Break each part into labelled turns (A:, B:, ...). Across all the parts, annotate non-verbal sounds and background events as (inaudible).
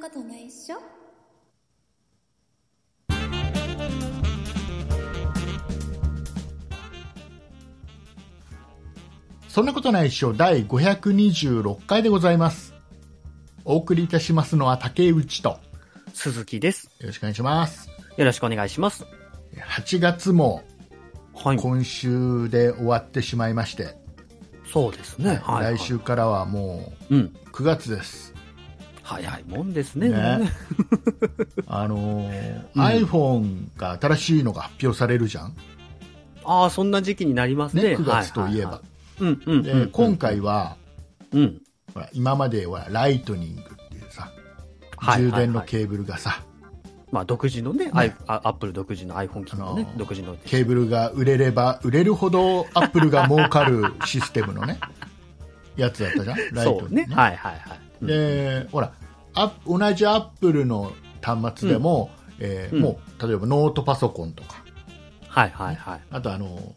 A: ことないっしょ
B: そんなことないっしょ第526回でございます。お送りいたしますのは竹内と、よ
C: 鈴木です。
B: ろしくお願いします。
C: よろしくお願いします。
B: 8月も
C: はい。
B: 今週で終わってしまいまして、
C: そうですね。はい、は
B: 来
C: い。
B: 週。からはも
C: うん。
B: う9月です。
C: 早いもんですね。
B: ねあのー
C: (laughs) うん
B: iPhone が新しいのが発表されるじゃん。
C: ああ、そんな時期になります
B: ね、
C: ね。
B: 9月といえば。
C: はは。うんうん
B: で、
C: うん。
B: 今回は、
C: うん。
B: ほら今まではライトニングっていうさ、
C: はい
B: 充電の
C: はいはい
B: ケーブルがさ、
C: まあ、独自のね、アイあアップル独自の iPhone 機能
B: あ
C: ね
B: の。ー
C: 独自の。
B: ケーブルが売れれば売れるほどアップルが儲かるシステムの
C: (laughs)
B: ねやつだったじゃんライ
C: そ
B: ト
C: う
B: にね
C: ね。はいはいはい。うん
B: でほらあ同じアップルの端末でも、えー
C: うん
B: もう例えばノートパソコンとか
C: はいはいは
B: あとあの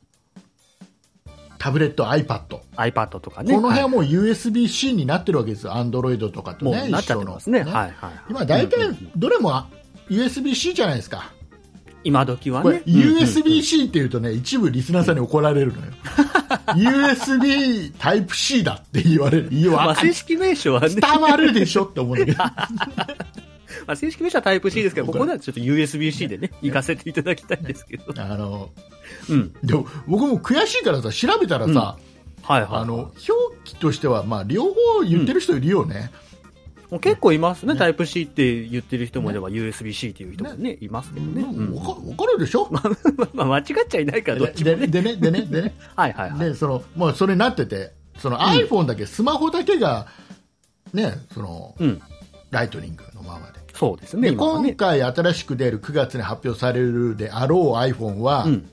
B: タブレット iPad こ
C: い。iPad とかね。
B: の辺は
C: は
B: もう USB-C になってるわけですよ、Android とか
C: い
B: と
C: も
B: ね、
C: うなっち
B: 一
C: ゃっ
B: 緒
C: て
B: の
C: ますね。はいはい。
B: 今、大体
C: うんうん
B: どれも USB-C じゃないですか、
C: 今時は
B: これ
C: ね。うんうんうん
B: USB-C っていうとね、一部リスナーさんに怒られるのよ。USB タイプ C だって言われる。いや、
C: ま
B: わ
C: あ、正式名称はね、
B: 伝わるでしょって思うんだけど。
C: まあ、正式名称はタイプ C ですけど、ここではちょっと USB-C でね、行かせていただきたいんですけど。
B: あの、
C: うん。
B: でも僕も悔しいからさ、調べたらさ、
C: はいはい。
B: あの、表記としては、まあ、両方言ってる人いるよね。
C: もう結構いますね
B: ね
C: タイプ C って言ってる人もいれば、USB-C っていう人もね、い (laughs) ますけどね。うん
B: わかわかるでしょ、
C: まあ、間違っちゃいないから、どっちも
B: で
C: ね。
B: でね、でね、でね。
C: はいはいはい。
B: で、その、もうそれになってて、その iPhone だけ、スマホだけが、ね、その、
C: うん。
B: ライトニングのままで。
C: そうですね、
B: で
C: 今は
B: 今
C: ね。
B: 回新しく出る9月に発表されるであろう iPhone は、
C: うん。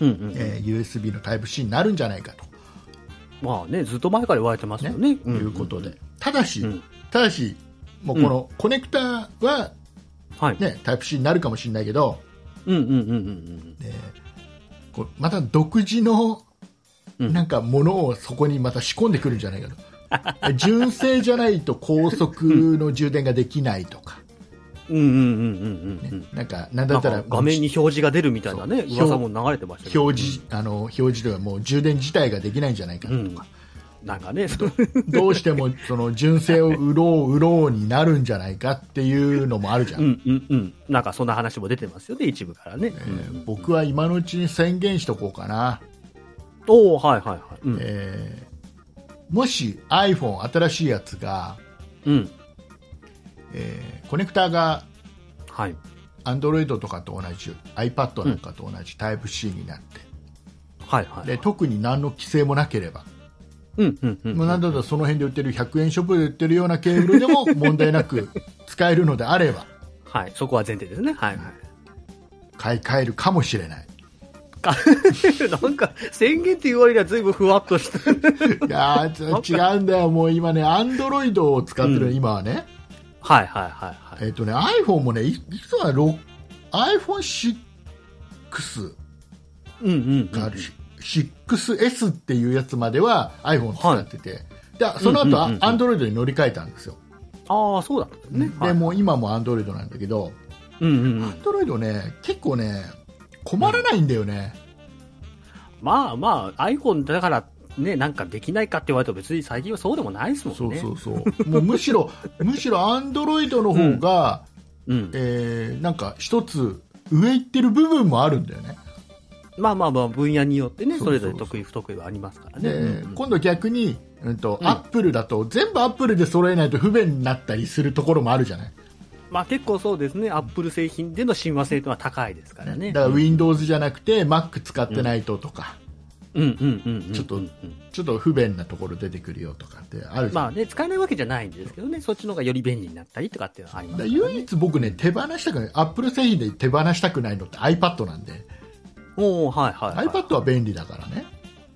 C: うんうん。
B: えー USB の Type-C になるんじゃないか
C: まあね、ずっと前から言われてます
B: と、
C: よ
B: ね
C: ね。ん
B: いうことで。ただし、
C: うん
B: ただしもうこのコネクタは、
C: はい。
B: ね、Type-C になるかもしれないけど、
C: うんうんうんうん
B: えーこうまた独自の
C: うん。うん
B: なんかものをそこにまた仕込んでくるんじゃないかと。
C: (laughs)
B: 純正じゃないと高速の充電ができないとか、
C: うんうんうんうんうんうん。
B: なんか、なんだ
C: な
B: っ
C: ん
B: た、
C: から画面に表示が出るみたいなね、
B: そう
C: 噂も流れてましたけど
B: 表示、あの、表示ではもう充電自体ができないんじゃないかと
C: う
B: か、
C: ん。なんかね、その
B: どうしてもその純正を売ろう売ろうになるんじゃないかっていうのもあるじゃん、
C: うんうんうん。なんかそんな話も出てますよね、一部からね。
B: えー僕は今のうちに宣言しとこうかな、
C: おおはいはいはい。うん。
B: えーもし iPhone 新しいやつが、
C: うん。
B: えーコネクタが
C: はい。
B: Android とかと同じ iPad なんかと同じ Type-C になって、
C: はいはい。
B: で特に何の規制もなければ、
C: うんうんうん。
B: もうなんだったらその辺で売ってる100円ショップで売ってるようなケーブルで
C: (laughs)
B: も問題なく使えるのであれば
C: はい、そこは前提ですね。はいはい。
B: 買い替えるかもしれない
C: か (laughs) なんか、宣言って言われりゃずいぶんふわっとした。
B: いやーち違うんだよ、もう今ね、アンドロイドを使ってる、
C: うん
B: 今はね、
C: はいはいはいは
B: え
C: い。
B: っ、とね、iPhone もね、いいつはろ iPhone6
C: うんうんうん。
B: があるし、6S っていうやつまでは iPhone 使ってて、でその後
C: うんうんうんう
B: は
C: ん
B: Android に乗り換えたんですよ。
C: ああ、そうだったね。は
B: で
C: い、
B: もう今も Android なんだけど、
C: うんうんうん。
B: Android ね、結構ね、困らないんだよね。
C: まあまあ、iPhone だから、ね、なんかできないかって言われたら別に最近はそうでもないですもんね。
B: そうそうそう。もうむし
C: (laughs)
B: ろ、むしろ Android の方が、
C: うん。
B: えーなんか一つ上行ってる部分もあるんだよね。
C: まあまあまあ、分野によってね、
B: そう
C: そ
B: そうそう
C: れぞれ得意不得意はありますからね。
B: で、
C: うんうん
B: 今度逆に、うんと
C: うん
B: アップルだと全部アップルで揃えないと不便になったりするところもあるじゃない、
C: まあ結構そうですね、Apple 製品での親和性というのは高いですからね。
B: だから Windows じゃなくて Mac 使ってないととか、
C: うんうんうんうん。
B: ちょっと
C: うんうん
B: ちょっと不便なところ出てくるよとかってあるじゃ
C: まあ
B: ん、
C: ね、使えないわけじゃないんですけどね、そっちの方がより便利になったりとかっていうのはあります
B: だ
C: か
B: からら唯一僕ね手放したくないアップル製品で手放したくないのって iPad なんで、
C: おおはいはい、はい。
B: iPad は便利だからね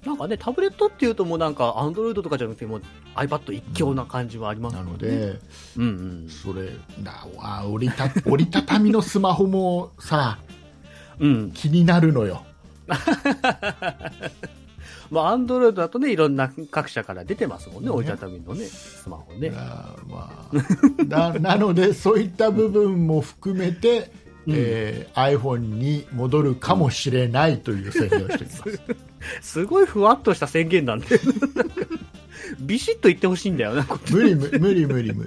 C: なんかね、タブレットっていうともうなんか、アンドロイドとかじゃなくて、もう iPad 一強な感じはあります
B: な
C: もん
B: の
C: ね
B: で
C: うんうん。
B: それだわ折りた (laughs) 折りたたみのスマホもさ
C: うん。
B: 気になるのよ
C: まあ、アンドロイドだとね、いろんな各社から出てますもんね、折りたたみのね、スマホね。
B: あーまあ、 (laughs) ななので、そういった部分も含めて、えー iPhone に戻るかもしれないという宣言をしておきます。
C: すごいふわっとした宣言なんで、 (laughs) なんかビシッと言ってほしいんだよな、こっち
B: 無理無無理無理無理無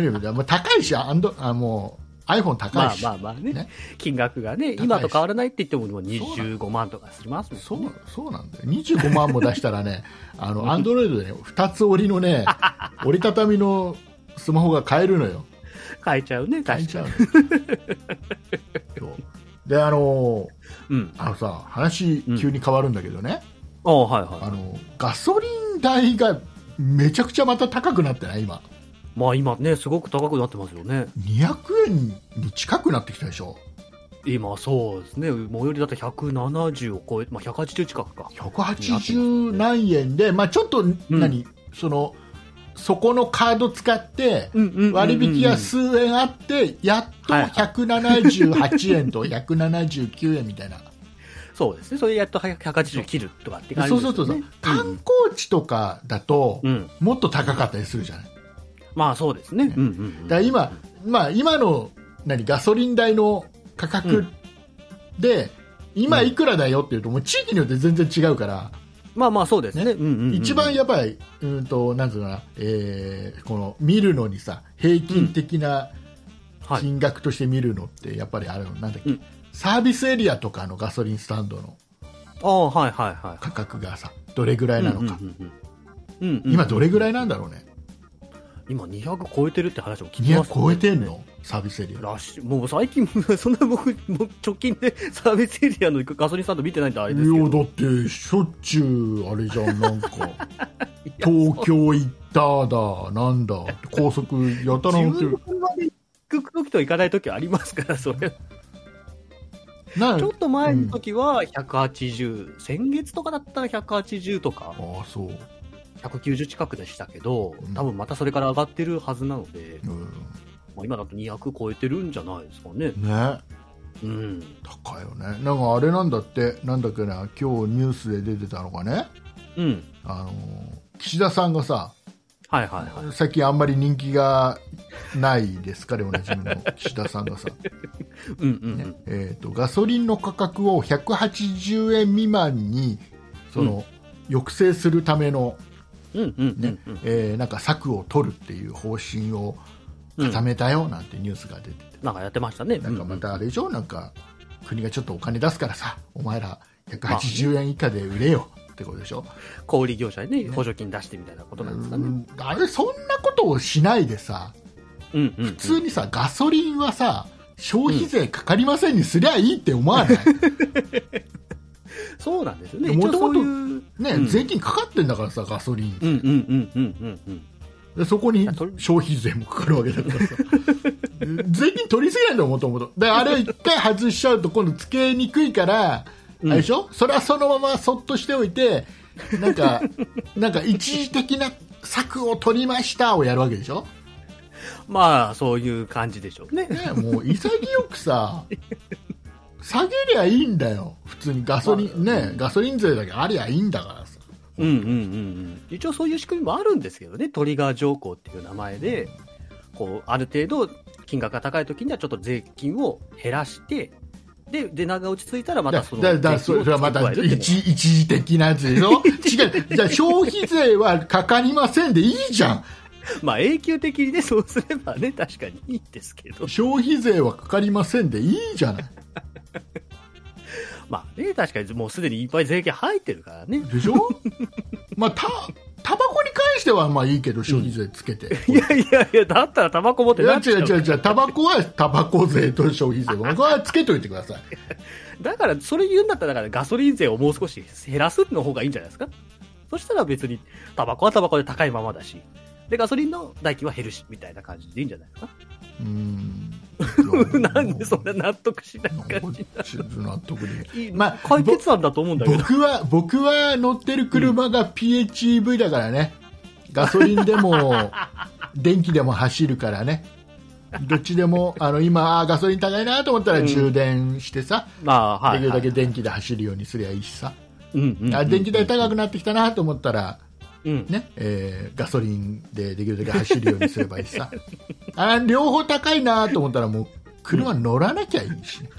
B: 理無理もう高いしアンドあもう iPhone 高い
C: まあ
B: し、
C: まあまあね
B: ね
C: 金額がね、
B: 高いし
C: 今と変わらないって言っても、もう25万とかしますもんね。
B: そうそうなんだよ25万も出したらねあの Android でね2つ折りの
C: (laughs)
B: ね折りたたみのスマホが買えるのよ
C: 変えちゃうね、
B: 買え
C: 確
B: ち
C: か
B: ゃう
C: に。
B: のそうであの
C: うん。
B: あのさ話急に変わるんだけどね、
C: ああ、はいは
B: あのガソリン代がめちゃくちゃまた高くなってない今
C: い。まあ今ね、すごく高くなってますよね。
B: 200円に近くなってきたでしょ
C: 今、そうですね。最寄りだと170を超え、まあ180近くか。
B: 180何円で、まあ、ちょっと、何そのそこのカード使って
C: うんうんうんうん
B: 割引が数円あってやっと
C: はい
B: 178円と179円みたいな、
C: そうですね。それやっと180切るとかって感じ
B: そ
C: で
B: う
C: す
B: そう
C: よね。
B: そうそう、観光地とかだと、
C: うん。うん。
B: もっと高かったりするじゃない
C: まあそうですね。うんうんうん。
B: だから今,、まあ、今の何ガソリン代の価格で、今いくらだよっていうともう地域によって全然違うから、
C: まあまあそうですね。うんうんうん
B: 一番やっぱり、うんと、なんつうのかな、えーこの見るのにさ、平均的な
C: はい。
B: 金額として見るのって、やっぱりあれの、なんだっけ、
C: うん
B: サービスエリアとかのガソリンスタンドの
C: ああ、はいはいはい。
B: 価格がさ、どれぐらいなのか、
C: うんうんうんうんうんうん
B: 今、どれぐらいなんだろうね、
C: 今200超えてるって話を聞きます
B: 200超えてんの、サービスエリア。
C: らしいもう最近 (laughs) そんな僕もう直近でサービスエリアのガソリンスタンド見てないんであれです
B: い
C: け
B: や
C: ど
B: だってしょっちゅうあれじゃんなんか
C: (laughs) いや
B: 東京行っただなんだ高速やたら乗って
C: 自
B: る
C: 分まで行く時と行かない時はありますからそれ
B: な
C: ちょっと前の時は180、先月とかだったら180とか
B: ああそう、
C: 190近くでしたけど
B: うん
C: 多分またそれから上がってるはずなので、
B: う
C: まあ、今だと200超えてるんじゃないですかね
B: ん、ね
C: うん
B: 高いよねなんかあれなんだってなんだっけな今日ニュースで出てたのがね
C: うん
B: あの岸田さんがさ
C: はいはいはい
B: 最近あんまり人気がないですかで
C: (laughs)
B: おなじみの岸田さんがさ、
C: うんうん、
B: ねえー、とガソリンの価格を180円未満にその、抑制するための、
C: うんうんうん
B: ね
C: うん
B: えーなんか策を取るっていう方針を
C: うん
B: 固めたよなんてニュースが出てて、
C: なんかやってましたね
B: なんかま
C: う
B: た
C: ん
B: あれ以上なんか国がちょっとお金出すからさお前ら180円以下で売れよってことでしょ、
C: うん小売業者にね補助金出してみたいなことなんですかね、
B: うんあれそんなことをしないでさ
C: うんうんうん、
B: 普通にさガソリンはさ消費税かかりませんにすりゃいいって思わな
C: (laughs)
B: い、
C: そうなんですよね。
B: で
C: 一応そういう
B: ね
C: うん
B: 税金かかってんだからさガソリン、
C: うんうんうんうんうんうん。
B: でそこに
C: や取り
B: 消費税もかかるわけだからさ (laughs) 税金取りすぎないんだよもともとであれを一回外しちゃうと今度つけにくいから、
C: うん
B: あれでしょそれはそのままそっとしておいてなんか (laughs) なんか一時的な策を取りましたをやるわけでしょ、
C: まあ、そういう感じでしょうね。
B: ね、もう潔くさ下げりゃいいんだよ普通にガソリン、
C: まあ
B: ねガソリン税だけありゃいいんだからさ
C: うんうんうんうん。一応そういう仕組みもあるんですけどね。トリガー条項っていう名前で、こう、ある程度金額が高い時にはちょっと税金を減らして、で、出長が落ち着いたらま
B: だ
C: たその
B: だだそ
C: 税金を
B: れはまた
C: 付け加えるっていうの
B: 一一時的なやつでし
C: (laughs)
B: ょ違うじゃあ消費税はかかりませんでいいじゃん
C: まあ、永久的にね、そうすればね、確かにいいですけど。
B: 消費税はかかりませんでいいじゃない
C: まあね、確かにもうすでにいっぱい税金入ってるからね。
B: でしょ
C: (laughs)
B: まあたタバコに関してはまあいいけど消費税つけて、
C: (laughs) いやいやいや、だったらタバコ持って
B: いや
C: なっ
B: 違
C: ちゃ
B: う違
C: う
B: う違うタバコはタバコ税と消
C: (laughs)
B: 費税これはつけといてください
C: だから、それ言うんだったら、だからガソリン税をもう少し減らすの方がいいんじゃないですかそしたら別に、タバコはタバコで高いままだし、で、ガソリンの代金は減るし、みたいな感じでいいんじゃないですか
B: うーん
C: (laughs) なんでそんな納得しない
B: なん
C: 感
B: かちょっと納得できない
C: じ
B: まあ
C: 解決案だと思うんだけど。
B: 僕は僕は乗ってる車が PHEV だからね、ガソリンで
C: (laughs)
B: も電気でも走るからねどっちでもあの今あーガソリン高いなと思ったら充電してさ、
C: まあ、はい、
B: できるだけ電気で走るようにすりゃいいしさ、
C: うんうん
B: あ電気代高
C: く、
B: くなってきたなと思ったら、
C: うん、
B: ねえーガソリンでできるだけ走るようにすればいいし
C: (laughs)
B: さあ両方高いなと思ったらもう車乗らなきゃいいしね、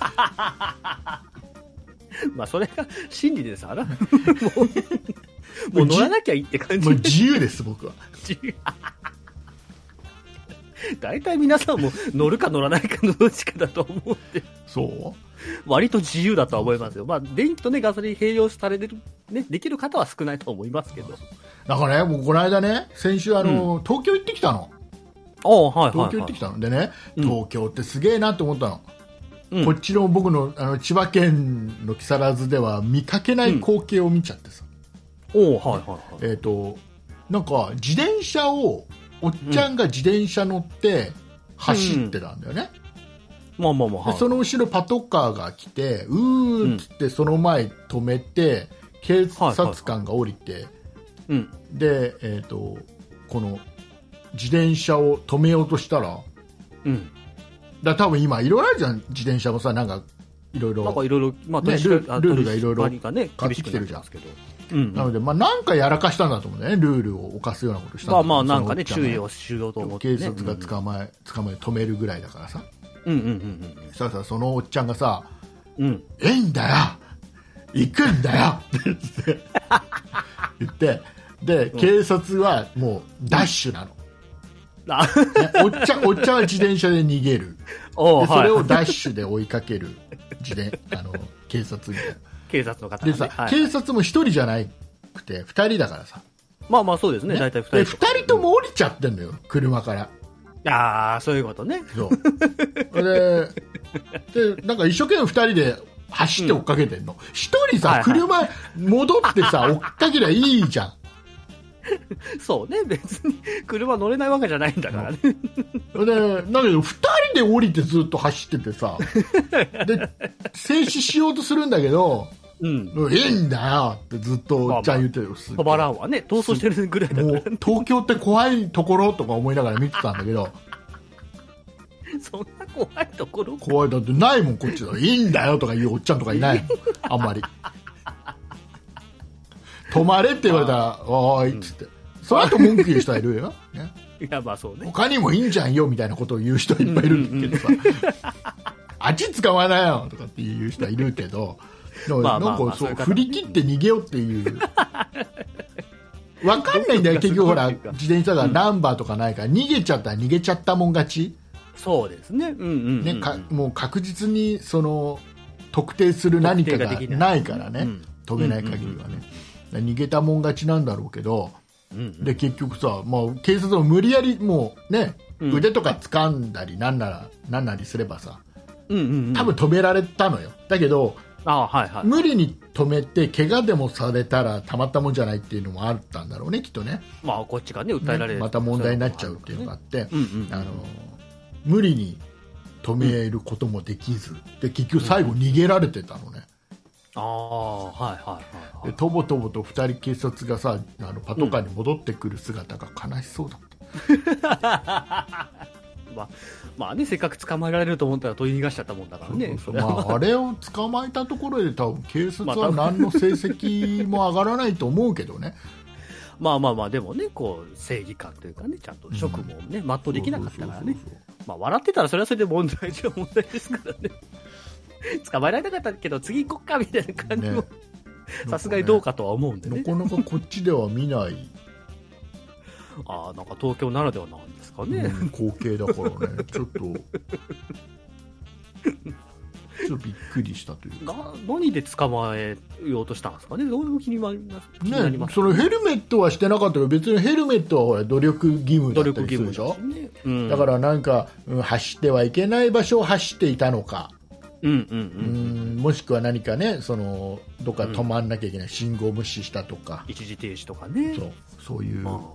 C: まあそれが真理で
B: (laughs)
C: すから。もう、もう乗らなきゃいいって感じ
B: もう。自由です僕は
C: (laughs) 大体皆さんも乗るか乗らないかのどっちかだと思うんで、
B: そう
C: 割と自由だとは思いますよ。まあ電気とね、ガソリン併用されてる、ね、できる方は少ないと思いますけど。
B: だからね、もうこの間ね、先週あの、東京行ってきたの、
C: ああ、はい
B: 東京行ってきたの、でね、
C: うん
B: 東京ってすげえなと思ったの、
C: うん
B: こっちの僕のあの千葉県の木更津では見かけない光景を見ちゃってさ、
C: おうはいはいはい。
B: えっ、と、なんか自転車を、おっちゃんが自転車乗って走ってたんだよね、
C: まあまあまあ、はい
B: でその後ろパトカーが来て、うーっつってその前止めて、警察官が降りて、
C: うん。
B: で、えー、とこの自転車を止めようとしたらだか
C: うん。
B: ら多分今いろいろあるじゃん自転車もさなんかいろい
C: なんか
B: ろ
C: いろいろ、まあ、
B: ね
C: 取り
B: ルー
C: あ
B: ルールがいろいろ
C: 取り締まりがね、
B: 変わっ
C: 厳
B: て
C: し
B: き
C: く
B: て
C: なっ
B: る
C: て
B: じゃん
C: ますけど。うん。
B: なので、まあ、なんかやらかしたんだと思うんだよねルールを犯すようなことした
C: まあ
B: だと
C: ま
B: 思
C: あ、
B: う
C: なんかね、
B: そのおっ
C: 注
B: ち
C: 意
B: ゃん
C: をしようと思って、
B: 警
C: ね。
B: 察が捕まえ捕まえ止めるぐらいだからさ
C: うんうんうん
B: したらさそのおっちゃんがさ
C: うん。うん。
B: 「えいんだよ行くんだよ!」って言って言ってで警察はもうダッシュなの、
C: あ、
B: ねおっちゃんおっちゃんは自転車で逃げる
C: おう
B: でそれ
C: は
B: を
C: い。
B: ダッシュで追いかける自転あの警察みたい
C: 警察の方が
B: な
C: ね
B: でさ、
C: はい
B: 警察も一人じゃなくて二人だからさ、
C: まあまあそうですね、
B: ね
C: 大体
B: で
C: 2人
B: 二人とも降りちゃってんのよ車から
C: ああそういうことね
B: そう
C: (laughs)
B: ででなんか一生懸命二人で走って追っかけてんの一、人さ、
C: はいはい
B: 車戻ってさ追っかけりゃいいじゃん
C: そうね別に車乗れないわけじゃないんだからね
B: でだけど二人で降りてずっと走っててさで静止しようとするんだけど
C: うん
B: いいんだよってずっとおっちゃん言ってるよ、すっげ
C: 止
B: え
C: まらんわね逃走してるぐらいだか
B: も
C: ら
B: う東京って怖いところとか思いながら見てたんだけど
C: (laughs) そんな怖いところ
B: 怖いだってないもんこっちだいいんだよとか言うおっちゃんとかいないもんあんまり止まれって言われたら「おーい」っつって、その後文句言う人はいるよ、ね、
C: いやまあそうね
B: 他にもいいんじゃんよみたいなことを言う人いっぱいいるんだけどさ、あっち捕まえなよとかっていう人はいるけどでも
C: ま
B: な
C: あ
B: ん
C: まあまあ
B: かそう
C: そういう方
B: 振り切って逃げようって
C: (laughs)
B: いう。わかんないんだよ、結局ほら、
C: どういうことです
B: 自転車がナンバーとかないから、逃げちゃったら逃げちゃったもん勝ち。
C: そうですねうんうんうん
B: ねかもう確実にその特定する何かが
C: 特定ができない
B: ないからね、
C: うん
B: 飛べない限りはね、逃げたもん勝ちなんだろうけど
C: うんうん
B: で結局さ、まあ、警察も無理やりもう、ね
C: うん
B: 腕とか掴んだりなんならなんなりすればさ
C: うんうんうん
B: 多分止められたのよ、だけど
C: ああはいはい
B: 無理に止めて怪我でもされたらたまったもんじゃないっていうのもあったんだろうねきっとね
C: まあこっちがね訴えられる
B: また問題になっちゃうっていうのがあって。
C: うんうん
B: あの無理に止めることもできず、で結局最後逃げられてたのね、
C: ああはいはいはい
B: でとぼとぼと2人警察がさあのパトカーに戻ってくる姿が悲しそうだった、
C: まあまあねせっかく捕まえられると思ったら取り逃がしちゃったもんだからね
B: そうそうま
C: (laughs)
B: あ、あれを捕まえたところで多分警察は何の成績も上がらないと思うけど
C: (laughs)
B: ね
C: まあまあまあ、でもね、こう、正義感というかね、ちゃんと職務をね、全うできなかったからね
B: そう。そうそう
C: まあ、笑ってたらそれはそれで問題じゃ問題ですからね。 (laughs) 捕まえられなかったけど、次行こっか、みたいな感じも
B: ね、
C: (laughs) さすがにどうかとは思うんで
B: な。
C: ね
B: かなかこっちでは見ない、
C: ああ、なんか東京ならではなんですかね。
B: うん光景だからねちょっ
C: (laughs)
B: とちょっとびっくりしたというか
C: が、何で捕まえようとしたんですかね。どういう気になります気になり
B: ね
C: ま、す
B: そのヘルメットはしてなかったけど別にヘルメットはほら努力義務だ
C: 努
B: った
C: 力
B: りする
C: 義務
B: でしょ、
C: だしね。うん
B: だか、らなんか、うん走ってはいけない場所を走っていたのか、
C: うんうんう
B: うん
C: ん。
B: もしくは何かねそのどっか止まんなきゃいけない、信号無視したとか、
C: 一時停止とかね。
B: そうそういう、
C: まあなんか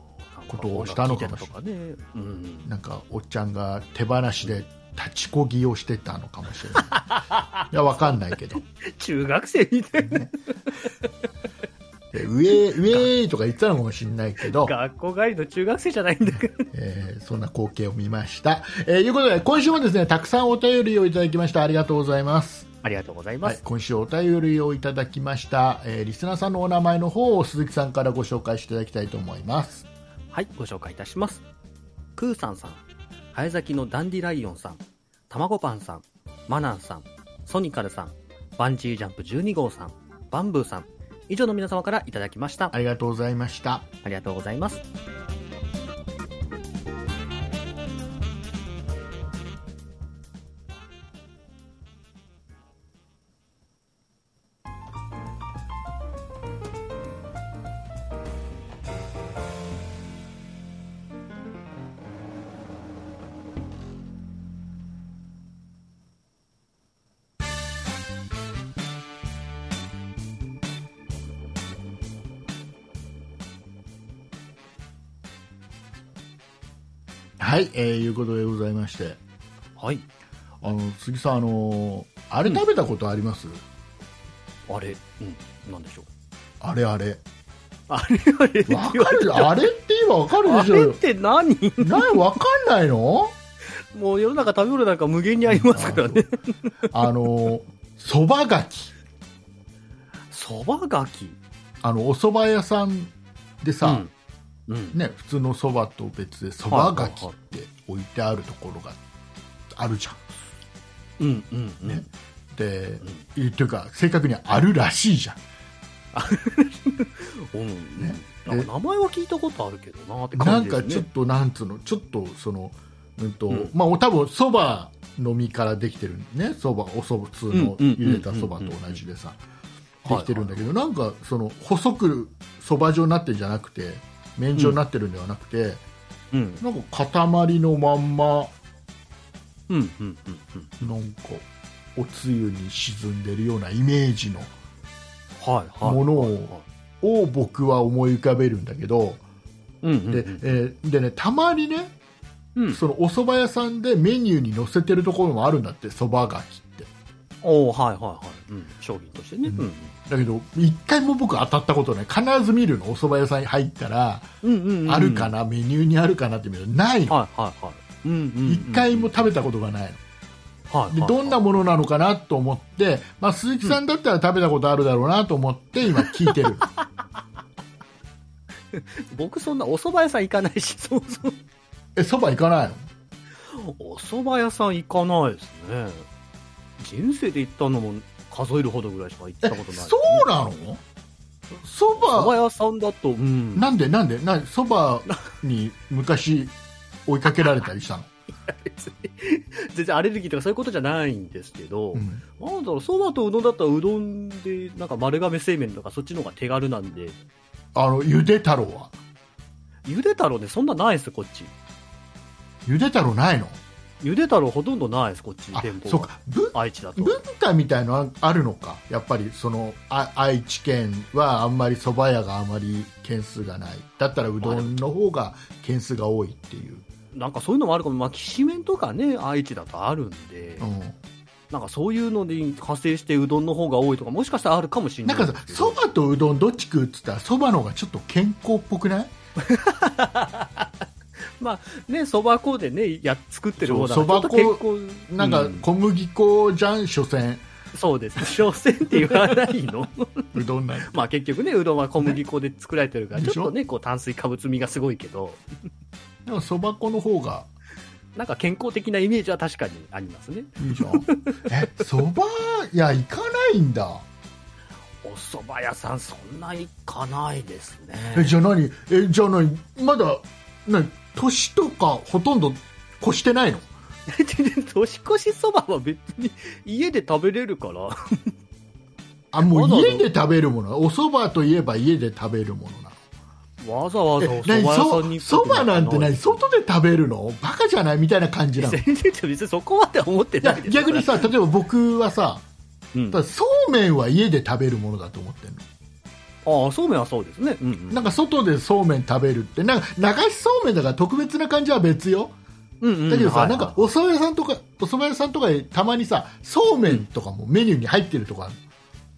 B: ことをしたのかもしれ
C: 音楽聴いてたとかね。
B: (laughs)
C: うん。
B: なんかおっちゃんが手放しで立ちこぎをしてたのかもしれない
C: (laughs)
B: いやわかんないけど
C: 中学生みたいな。
B: でウェーウェーとか言ってたのかもしれないけど、
C: (laughs) 学校帰りの中学生じゃないんだから。
B: えーそんな (laughs) 光景を見ました。えーいうことで今週もですねたくさんお便りをいただきましたありがとうございます。
C: ありがとうございま
B: はい
C: す。、
B: 今週お便りをいただきました、えーリスナーさんのお名前の方を鈴木さんからご紹介していただきたいと思います
C: はい、ご紹介いたします。クーさんさん、早咲きのダンディライオンさん、たまごパンさん、マナンさん、ソニカルさん、バンジージャンプ12号さん、バンブーさん、以上の皆様からいただきました。
B: ありがとうございました
C: ありがとうございます。
B: はい、えー、いうことでございまして
C: はい、
B: あの鈴木さんあのーあれ食べたことあります、
C: あれ、うん、なんでしょう。
B: あれあれ
C: あれあれって (laughs) 言わ
B: わ
C: れ
B: かるあれって今わかる
C: あ
B: でしょう
C: れっ
B: よ
C: て何
B: ないわかんないの
C: もう世の中食べ物なんか無限にありますからね。
B: あのそばがき
C: そばがき。
B: あのお蕎麦屋さんでさ、
C: うん。うん。
B: ね普通のそばと別でそばがきって置いてあるところがあるじゃん
C: うん。うん。うん
B: ねで、えというか正確にはあるらしいじゃん
C: うん
B: ね
C: なんか名前は聞いたことあるけどなって
B: な
C: 感
B: ん
C: じです
B: か
C: ね。
B: ちょっとなんつうのちょっとそのうんと、
C: うん
B: まあお多分そばの実からできてるねそばおそば普通の茹でたそばと同じでさ
C: うんうんうんう
B: でき
C: ん
B: てるんだけど、なんかその細くそば状になってるんじゃなくて麺状になってるんではなくて、
C: うん。
B: なんか塊のまんま
C: うん。うん。うん。うん。
B: なんかおつゆに沈んでるようなイメージの
C: はい。はい。
B: もの
C: は
B: をを僕は思い浮かべるんだけど、
C: うんうんう
B: で
C: ん。
B: えーでね、たまにね
C: うん。
B: そのお蕎麦屋さんでメニューに載せてるところもあるんだってそばがきって
C: おーはいはいはい。うん。商品としてね。
B: うん
C: うん。
B: だけど一回も僕当たったことない必ず見るのお蕎麦屋さんに入ったら、
C: うんうんうん。
B: あるかなメニューにあるかなって見るのないの
C: はいはいはい。うんうんうん。
B: 一回も食べたことがない
C: はいはいはい。
B: のでどんなものなのかなと思って、まあ、鈴木さんだったら食べたことあるだろうなと思って今聞いて
C: (laughs)
B: る
C: 僕そんなお蕎麦屋さん行かないし、そうそう。
B: えそば行かないの
C: (laughs) お蕎麦屋さん行かないですね。人生で行ったのも数えるほどぐらいしか行ったことない、
B: そうなのそ
C: 蕎
B: ば
C: 麦屋さんだと、うん。
B: なんでなんでなんでそばに昔追いかけられたりしたの、
C: 別に全然アレルギーとかそういうことじゃないんですけど、
B: うん
C: なんだろう、そばとうどんだったらうどんで、なんか丸亀製麺とかそっちの方が手軽なんで、
B: あのゆで太郎は
C: ゆで太郎ね、そんなないです、こっち。
B: ゆで太郎ないの
C: ゆで太郎ほとんどないです、こっち、
B: あ
C: 店舗が
B: そうかぶ
C: 愛知だと。
B: 文化みたいのああるのかやっぱりそのあ愛知県はあんまりそば屋があまり件数がないだったらうどんの方が件数が多いっていう、
C: なんかそういうのもあるかも、まあ、きしめんとかね、愛知だとあるんで、
B: う
C: なんかそういうので派生してうどんの方が多いとか、もしかしたらあるかもしれ
B: ん、
C: な
B: ないん
C: で
B: かさ
C: すけど
B: そばとうどんどっち食うっつったらそばの方がちょっと健康っぽくない
C: ね、そば粉でね、やっ作ってる方だ
B: そう
C: からちょっと
B: そば粉
C: 健康
B: なんか
C: う
B: 小麦粉じゃん所詮
C: そうです。所詮って言わないの (laughs)
B: うどんなんて
C: まあ結局ね、うどんは小麦粉で作られてるから、
B: ね
C: ちょっとね、こう炭水化物味がすごいけど、
B: でもそば粉の方が
C: なんか健康的なイメージは確かにありますね。
B: いいじゃん (laughs) えそば屋行かないんだ
C: お蕎麦屋さん、そんな行かないですね。
B: えじゃあ何えじゃあ何まだ何年とかほとんど越してないの (laughs)
C: 年越しそばは別に家で食べれる (laughs) から、
B: あも
C: まだ
B: う
C: だ
B: 家で食べるものおそばといえば家で食べるものなの
C: わざわざお蕎
B: え
C: 麦屋さん
B: 何
C: に
B: そ
C: 行く
B: そばなんて
C: い
B: 何外で食べるのバカじゃないみたいな感じなの (laughs) い
C: 全然別にそこまでは思ってな
B: や
C: いです
B: 逆に、さ例えば僕はさ
C: うん
B: ただそうめんは家で食べるものだと思ってる
C: ああ、そうめんはそうですね。うんうん
B: のなんか外でそうめん食べるってなんか流しそうめんだから特別な感じは別よ
C: うんうん
B: だけどさ、
C: はい
B: なんかお蕎麦屋さんとかお蕎麦屋さんとかでたまにさそうめんとかもメニューに入ってるとかある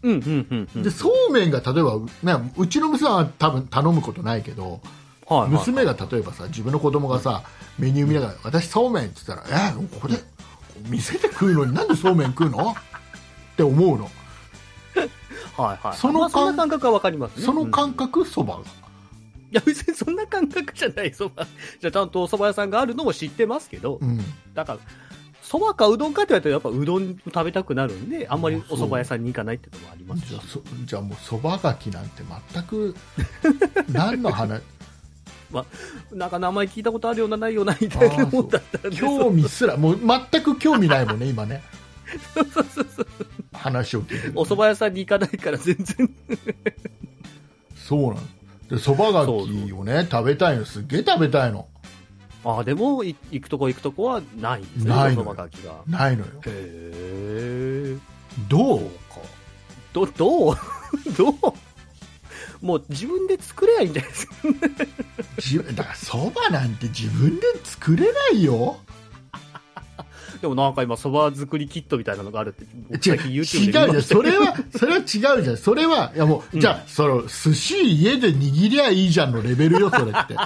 C: うんうんうんうん
B: でそうめんが例えばうねうちの娘は多分頼むことないけど
C: はいはい
B: 娘が例えばさ自分の子供がさメニュー見ながら「私そうめん」って言ったら「えここで店で食うのになんでそうめん食うの?」って思うの
C: はいはい。
B: その
C: まあ
B: 感
C: そんな感覚はわかりますね。
B: その
C: うん
B: 感覚そばが
C: いや、別にそんな感覚じゃない、そば。 (laughs) じゃあ、ちゃんとお蕎麦屋さんがあるのも知ってますけど
B: う、ん
C: だから、蕎麦かうどんかって言われたら、やっぱうどん食べたくなるんで、あんまりお蕎麦屋さんに行かないっていうのもあります
B: じゃあそじゃあもうそばがきなんて全く何の話
C: なんか名前聞いたことあるような、ないような、みたいなもんだったんで、
B: 興味すらもう全く興味ないもんね今
C: (laughs)
B: ね話を聞いてる
C: お蕎麦屋さんに行かないから全然。
B: そうなのでそばがきをね食べたいのすっげえ食べたいの
C: ああ、でも、い行くとこ行くとこはないんですね、
B: ない
C: お
B: のよ
C: 蕎麦がきが。
B: ないのよ
C: へえ。
B: どう
C: か。ど、どう (laughs) どうもう自分で作ればいいんじゃないですか。
B: じだからそばなんて自分で作れないよ
C: でもなんか今、そば作りキットみたいなのがあるって、僕
B: 違う
C: 最近
B: 違う
C: YouTube
B: じ
C: で
B: ゃ
C: 見ま
B: ん
C: した
B: それはそれは違うじゃんそれはいやもう、
C: うん
B: じゃあその寿司家で握りゃいいじゃんのレベルよそれって
C: (laughs)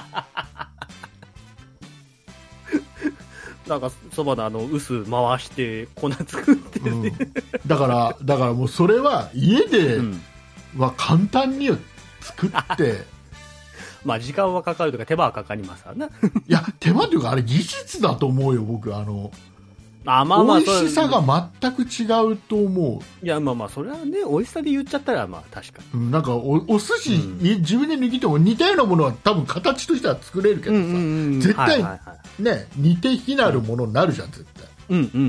C: なんかそばのあの薄回して粉作って、
B: うん、だからだからもうそれは家で
C: うん
B: は簡単に作って、
C: まあ時間はかかるとか手間はかかりますわ (laughs) な
B: いや手間というかあれ技術だと思うよ僕あの、
C: あまあまあ
B: 美味しさ
C: それ
B: が全く違うと思
C: いやまあまあそれはね美味しさで言っちゃったらまあ確か
B: ううんなんかおお寿司、
C: うん
B: い自分で握っても似たようなものは多分形としては作れるけど
C: に
B: さ、
C: うん
B: 絶対
C: はいはいはい
B: ね、似て非なるものになるじゃん絶対
C: うんうんうんう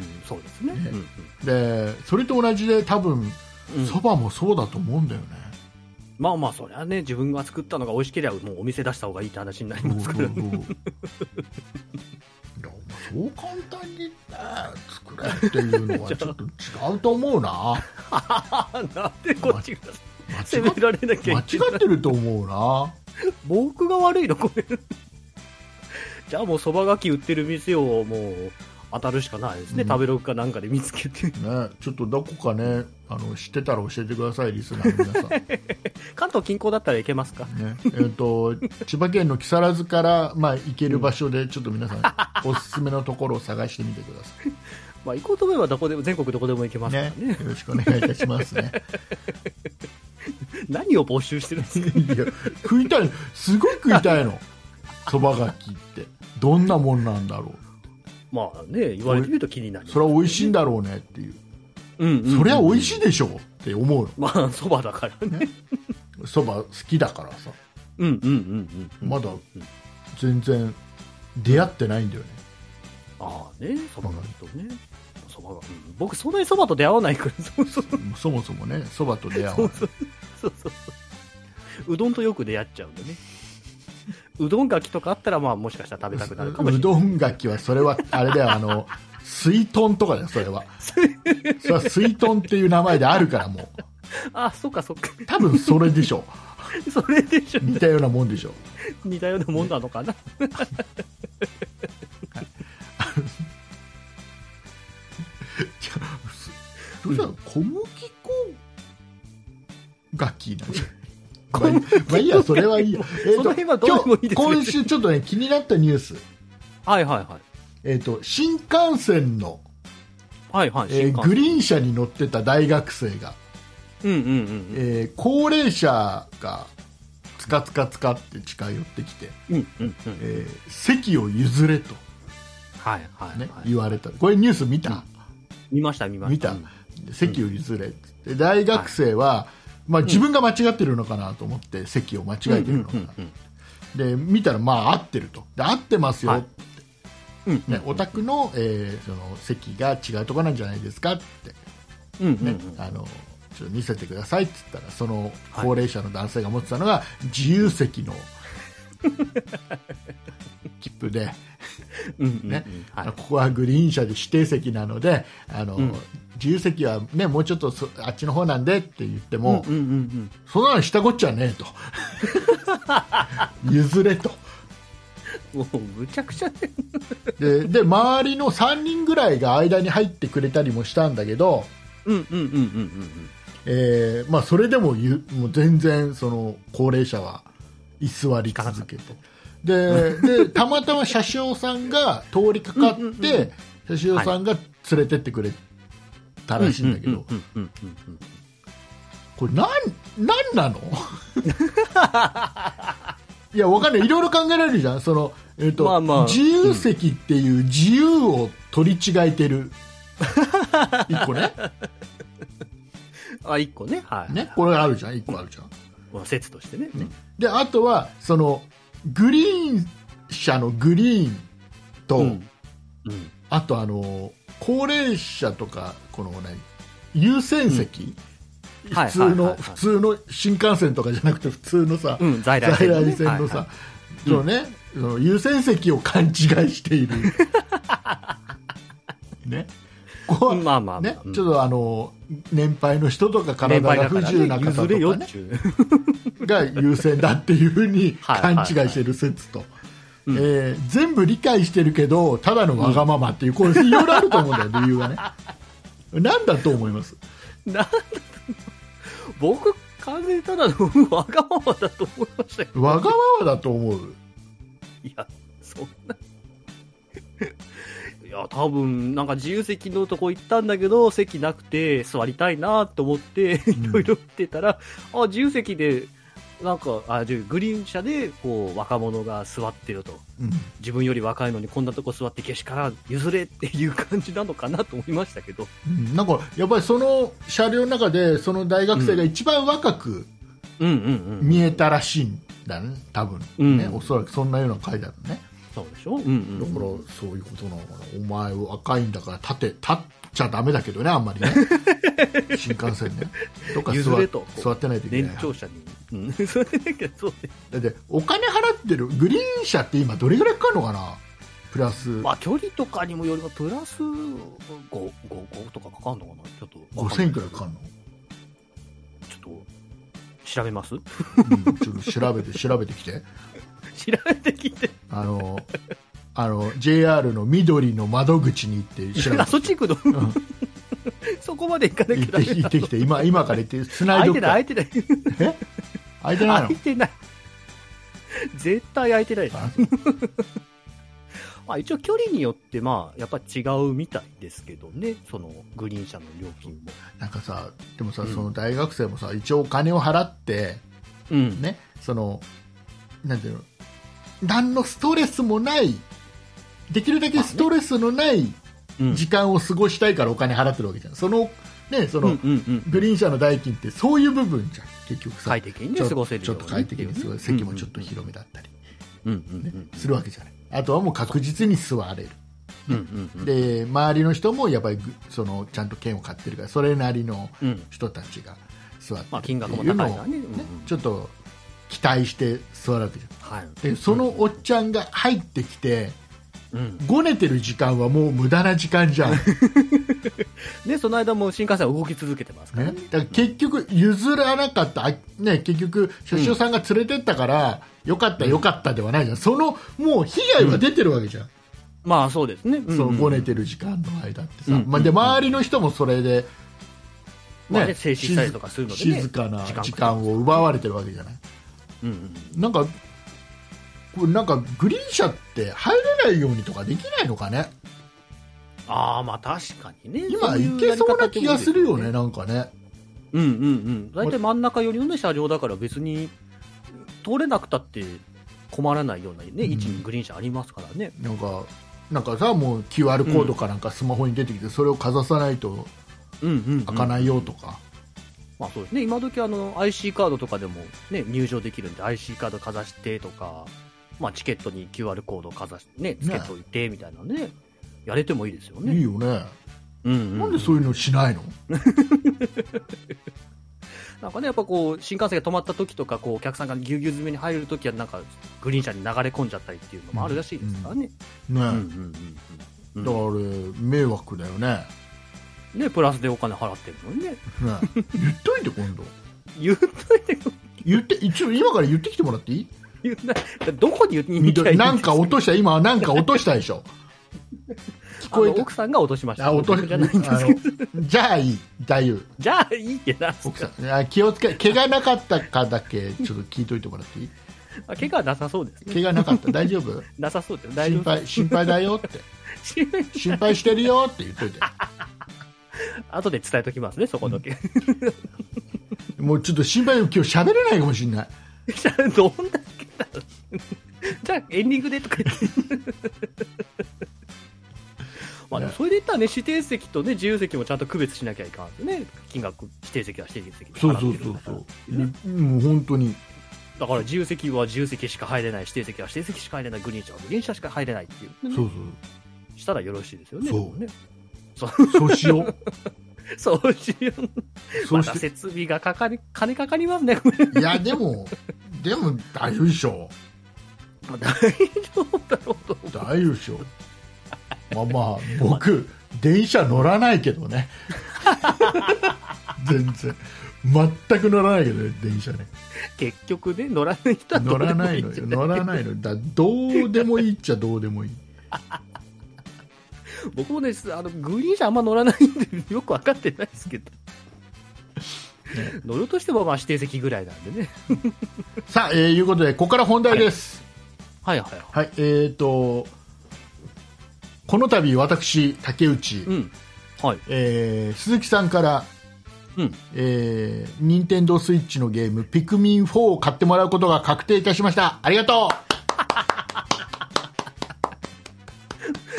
C: んそうですね
B: ね
C: うん
B: でそれと同じで多分
C: うん
B: そば、もそうだと思うんだよね、
C: まあまあそれはね自分が作ったのが美味しければもうお店出した方がいいって話になりますから、
B: そうそうそういやそう簡単にね作れっていうのはちょっと違うと思うな
C: (laughs) なんでこっちが
B: 間
C: 責 (laughs)
B: 違
C: め
B: っ
C: られなきゃ
B: 間
C: いけない
B: 違ってると思うな
C: 僕が悪いのこれ (laughs) じゃあもうそばがき売ってる店をもう当たるしかないですね、
B: うん
C: 食べログかなんかで見つけて (laughs)
B: ね、ちょっとどこかねあの知ってたら教えてくださいリスナーの
C: (laughs)
B: 皆さん、ね
C: 関東近郊だったらいけますか
B: えー、と千葉県の木更津から、まあ、行ける場所でちょっと皆さ
C: (laughs)
B: んおすすめのところを探してみてください、
C: まあ行こうと思えばどこでも全国どこでも行けますから
B: ね
C: ね、
B: よろしくお願いいたしますね
C: (laughs) 何を募集してるん (laughs) ですか
B: いや食いたいすごい食いた
C: (laughs)
B: いのそばがきってどんなもんなんだろ
C: まあね言われてみると気になり
B: う
C: ます
B: それは美味しいんだろうねっていう
C: うんうんうん
B: そりゃ美味しいでしょうって思う
C: まあそばだからね
B: のそば好きだからさ
C: うんうんうんうん
B: まだ全然出会ってないんだよね
C: ああねそばがきとねそばが、うん僕そんなにそばと出会わないからそうそう
B: (laughs) そもそもねそばと出会わない
C: そうそうそう。うどんとよく出会っちゃうんでね。うどんがきとかあったら、まあ、もしかしたら食べたくなるかもし
B: う
C: れない。
B: どんがきはそれはあれだよあの水豚とかだよそれはそれは水豚っていう名前であるからもう
C: あ、そっかそっか。
B: 多分それでしょ
C: それでしょ
B: う。似たようなもんでしょう
C: 似たようなもんなのかな。
B: じゃあすそしたら小麦粉がきなんじゃないまあいいまあいいやそれはいいや、えー
C: その辺はどうでもいいです
B: 今日今週ちょっとね気になったニュース
C: はいはいはい。
B: えっ、と新幹線の、
C: はいはい。
B: えー
C: 新幹線
B: グリーン車に乗ってた大学生が
C: うんうんうん
B: えー高齢者がつかつかつかって近寄ってきて、
C: うん。うんうんうん。
B: えー席を譲れと、
C: はいはい、
B: ね
C: はい。
B: 言われたこれニュース見た、
C: 見ました見ました。
B: 見た
C: うん
B: 席を譲れっつって大学生は、まあ、自分が間違ってるのかなと思って席を間違えてるのかな、
C: うんう
B: で
C: ん
B: 見たらまあ合ってるとで合ってますよ、
C: はいうんうん。
B: ね、お宅の,、えーその席が違うとこなんじゃないですかって、
C: うんうんう
B: ね
C: ん。
B: あのちょっと見せてくださいって言ったらその高齢者の男性が持ってたのが自由席
C: (laughs)
B: の切符で、
C: うんうんうん
B: ね
C: はい
B: ここはグリーン車で指定席なのであの、
C: うん
B: 自由席は、ね、もうちょっとそあっちの方なんでって言って
C: うん
B: も、
C: うんうん
B: そんなのしたこっちゃねえと (laughs) 譲れと
C: うん。もう、むちゃくちゃね。
B: でで周りの3人ぐらいが間に入ってくれたりもしたんだけど、
C: うんうんうんうんうん
B: えーまあ、それでもゆもう全然その高齢者は居座り続けてででたまたま車掌さんが通りかかって
C: うんうんうん
B: 車掌さんが連れてってくれたらしいんだけど、
C: うんうんうんうんうん
B: これなん、なんなの (laughs) いや、わかんない。いろいろ考えられるじゃん。その、えっ、と、
C: まあまあ
B: 自由席っていう自由を取り違えてる。一個
C: (laughs)
B: ね。
C: あ、一個ね。はい。
B: ね。これあるじゃん。一個あるじゃん。
C: まあ説としてね。
B: で、あとは、その、グリーン車のグリーンと、
C: うん。うん。
B: あとあの、高齢者とか、この何、優先席、
C: んは
B: 普
C: い
B: 通
C: はいはい
B: の、
C: はい
B: 普通の新幹線とかじゃなくて、普通のさ、
C: うん、在来
B: 在
C: 線のね、
B: 来線のさ、
C: はい
B: そのね、その優先席を勘違いして
C: (laughs)
B: いる。ね。こ
C: はいまあまあ、まあ
B: ね、ちょっとあの、年配の人とか体が不自由な方と
C: 譲れよ
B: か、
C: っ
B: ね、
C: ちゅ
B: が優先だっていうふうに
C: (laughs) はい
B: 勘違いしてる説と。
C: うん
B: えー全部理解してるけどただのわがままっていう、これいろいろあると思うんだ
C: (laughs)
B: よ理由がねなんだと思います
C: う。なんだ僕、完全にただのわがままだと思いましたよ。
B: わがままだと思う
C: いや、そんな。 (laughs) いや、多分、なんか自由席のとこ行ったんだけど、席なくて座りたいなと思って、いろいろ見てたら、あ、自由席で、なんか、あ、じゃあグリーン車で、こう、若者が座ってると。
B: うん
C: 自分より若いのにこんなとこ座ってけしからん譲れっていう感じなのかなと思いましたけど。
B: うんなんかやっぱりその車両の中でその大学生が一番若く
C: うんうんうん。
B: 見えたらしいんだね多分ね、
C: うん
B: おそらくそんなような書いてあるね
C: そうでしょうん
B: だ
C: う
B: から
C: ん。
B: そういうことなのかなお前若いんだから立て立っちゃダメだけどねあん
C: (laughs)
B: まりね新幹線ねどっか
C: 譲
B: 座
C: れと
B: 座ってないといけな
C: 年
B: い
C: 長者に。うん。 (laughs) それだけそう
B: だ
C: で。
B: ってお金払ってるグリーン車って今どれぐらいかかるのかなプラス
C: まあ距離とかにもよりはプラス5、5、5とかかかんのかなちょっと。
B: 5000くらいかかる
C: (laughs)
B: の、
C: ちょっと、調べます (laughs) 調
B: うんちょっと調べて調べてきて
C: べてきて。
B: あのあの JR の緑の窓口に行
C: (laughs)
B: って調べて
C: あ、そっち行くの、
B: ん
C: (laughs) そこまで行かなきゃ
B: 行
C: ダ
B: っ
C: メ
B: て
C: だ。
B: 行ってきて今今から行って繋い
C: 空
B: どく
C: いて
B: から
C: ない、空いて
B: え空いて
C: な
B: ない
C: い。
B: の
C: 空いてない。絶対空いてない。
B: あ
C: まあ、一応距離によって、まあ、やっぱ違うみたいですけどね、そのグリーン車の料金も。
B: なんかさでもさ、
C: うん
B: その大学生もさ一応お金を払って
C: うん、
B: ねそのなんていうの何のストレスもないできるだけストレスのない、
C: うん
B: 時間を過ごしたいからお金払ってるわけじゃん、その,、ね、その
C: うんうんうん、
B: グリーン車の代金ってそういう部分じゃん、結局さ、
C: 快適に
B: ちょ
C: ね過ごせる
B: ちょ
C: よう
B: っ
C: に
B: と快適に過ごせる、席もちょっと
C: 広
B: 広めだったり、
C: うんう
B: ね
C: ん
B: するわけじゃない、あとはもう確実に座れる、
C: うんうんうん
B: で周りの人もやっぱりぐそのちゃんと券を買ってるから、それなりの
C: うん
B: 人たちが座って
C: まあ、
B: る
C: 金額
B: って
C: も
B: いう
C: 高
B: の
C: いから
B: を、
C: ね、
B: ね
C: うんうん
B: ちょっと期待して座るわけじゃん。
C: はい
B: でそのおっちゃんが入ってきて、
C: うん、
B: ごねてる時間はもう無駄な時間じゃん。
C: でその間も新幹線は動き続けてますか
B: ね
C: らね、、
B: だから結局譲らなかった、あね、結局車掌さんが連れてったから、よかったよかったではないじゃんそのもう被害は出てるわけじゃん、
C: まあそうですね、
B: そのごね
C: 年
B: てる時間の間ってさ、
C: うん
B: まあ、で周りの人もそれで、
C: まあね静止したりとかするのでね
B: 静かな
C: 時間
B: 時間を奪われてるわけじゃない
C: うんうん、
B: なんかこれなんかグリーン車って入れないようにとかできないのかね
C: ああまあ確かにね
B: 今
C: そ
B: いうけそうな気がするよ
C: や
B: ね
C: り方って
B: なんかね
C: ことですよねうんうんうん大体真ん中寄りの、ね、車両だから別に通れなくたって困らないような、ね位置にグリーン車ありますからね、
B: なんかなんかさもう QR コードかなんかスマホに出てきて、それをかざさないと
C: うんうんうん
B: 開かないよとか、
C: まあそうですね、今時あの IC カードとかでも、ね、入場できるんで、IC カードかざしてとか、まあ、チケットに QR コードかざして、ね、つけといてみたいなね、やれてもいいですよね。
B: いいよね、
C: うんうん
B: なんでそういうのしないの、
C: なんかね、やっぱこう、新幹線が止まった時とか、こう、お客さんがぎゅうぎゅう詰めに入る時は、なんか、グリーン車に流れ込んじゃったりっていうのもあるらしいですからね。
B: ね
C: うんうんうんうん
B: だからあれ迷惑だよね
C: ね、プラスでお金払ってるのにね、 (laughs)
B: ね言っといて今度
C: 言っといて、
B: 言って一応今から言ってきてもらっていい
C: 言うな、どこに言っていい
B: 緑なんか
C: 聞
B: 落とした今なんか落としたでしょ聞こえ
C: 奥さんが落としました。
B: たあ落と
C: 僕
B: し
C: じ
B: た
C: ゃないんですけど。
B: じゃあいい大丈夫
C: じゃあ、いいけな。
B: 奥さんあ気をつけ怪我なかったかだけちょっと聞いといてもらっていい
C: あ怪我はなさそうですね。
B: 怪我なかった大丈夫
C: なさそう (laughs) です。大丈
B: 心
C: 夫
B: 配心配だよって心配してるよって言っといて
C: (laughs) 後で伝えときますね、そこだけ。
B: もうちょっと心配で今日喋れないかもしれない。
C: じゃあ、 (laughs) どんだけだろう (laughs) じゃあ、エンディングでとか言って。 (laughs) まあでもそれで言ったらね、指定席とね、自由席もちゃんと区別しなきゃいかんですね。金額、指定席は指定席で
B: そう
C: 払
B: そ
C: っ
B: う
C: てる
B: そ
C: ん
B: う
C: だか
B: そ
C: ら
B: う。もう本当に。
C: だから自由席は自由席しか入れない、指定席は指定席しか入れない、グリーン車はグリーン車しか入れないっていう、ね
B: そう
C: したらよろしいですよね。
B: そう
C: こね (laughs)
B: そう。そうしよ (laughs) う。
C: そうしよう。
B: そう
C: ま
B: したて。
C: 設備がかかり、金かかりますね、 (laughs) これ。
B: いや、でも、でも大丈夫でしょ
C: まあ大丈夫だろうと
B: う。
C: 思
B: 大丈夫でしょう。まあまあ、僕、電車乗らないけどね。 (laughs) 全然。全く乗らないけどね、電車ね。
C: う。結局ね、乗らない人はど
B: 乗
C: うで
B: ら
C: も
B: ない
C: いん
B: の
C: じゃ
B: よ。乗らないのよ。だどうでもいいっちゃどうでもいい。
C: 僕もね、あのグリーン車あんま乗らないんで、よく分かってないですけど、乗るとしてもまあ指定席ぐらいなんでね、
B: さあ、えー、いうことで、ここから本題です。
C: はいはいは
B: はい、えーと、この度私、竹内
C: い、、うん、はい、
B: えー鈴木さんから、
C: うん、
B: えー、任天堂スイッチのゲーム、ピクミン4を買ってもらうことが確定いたしました。ありがとう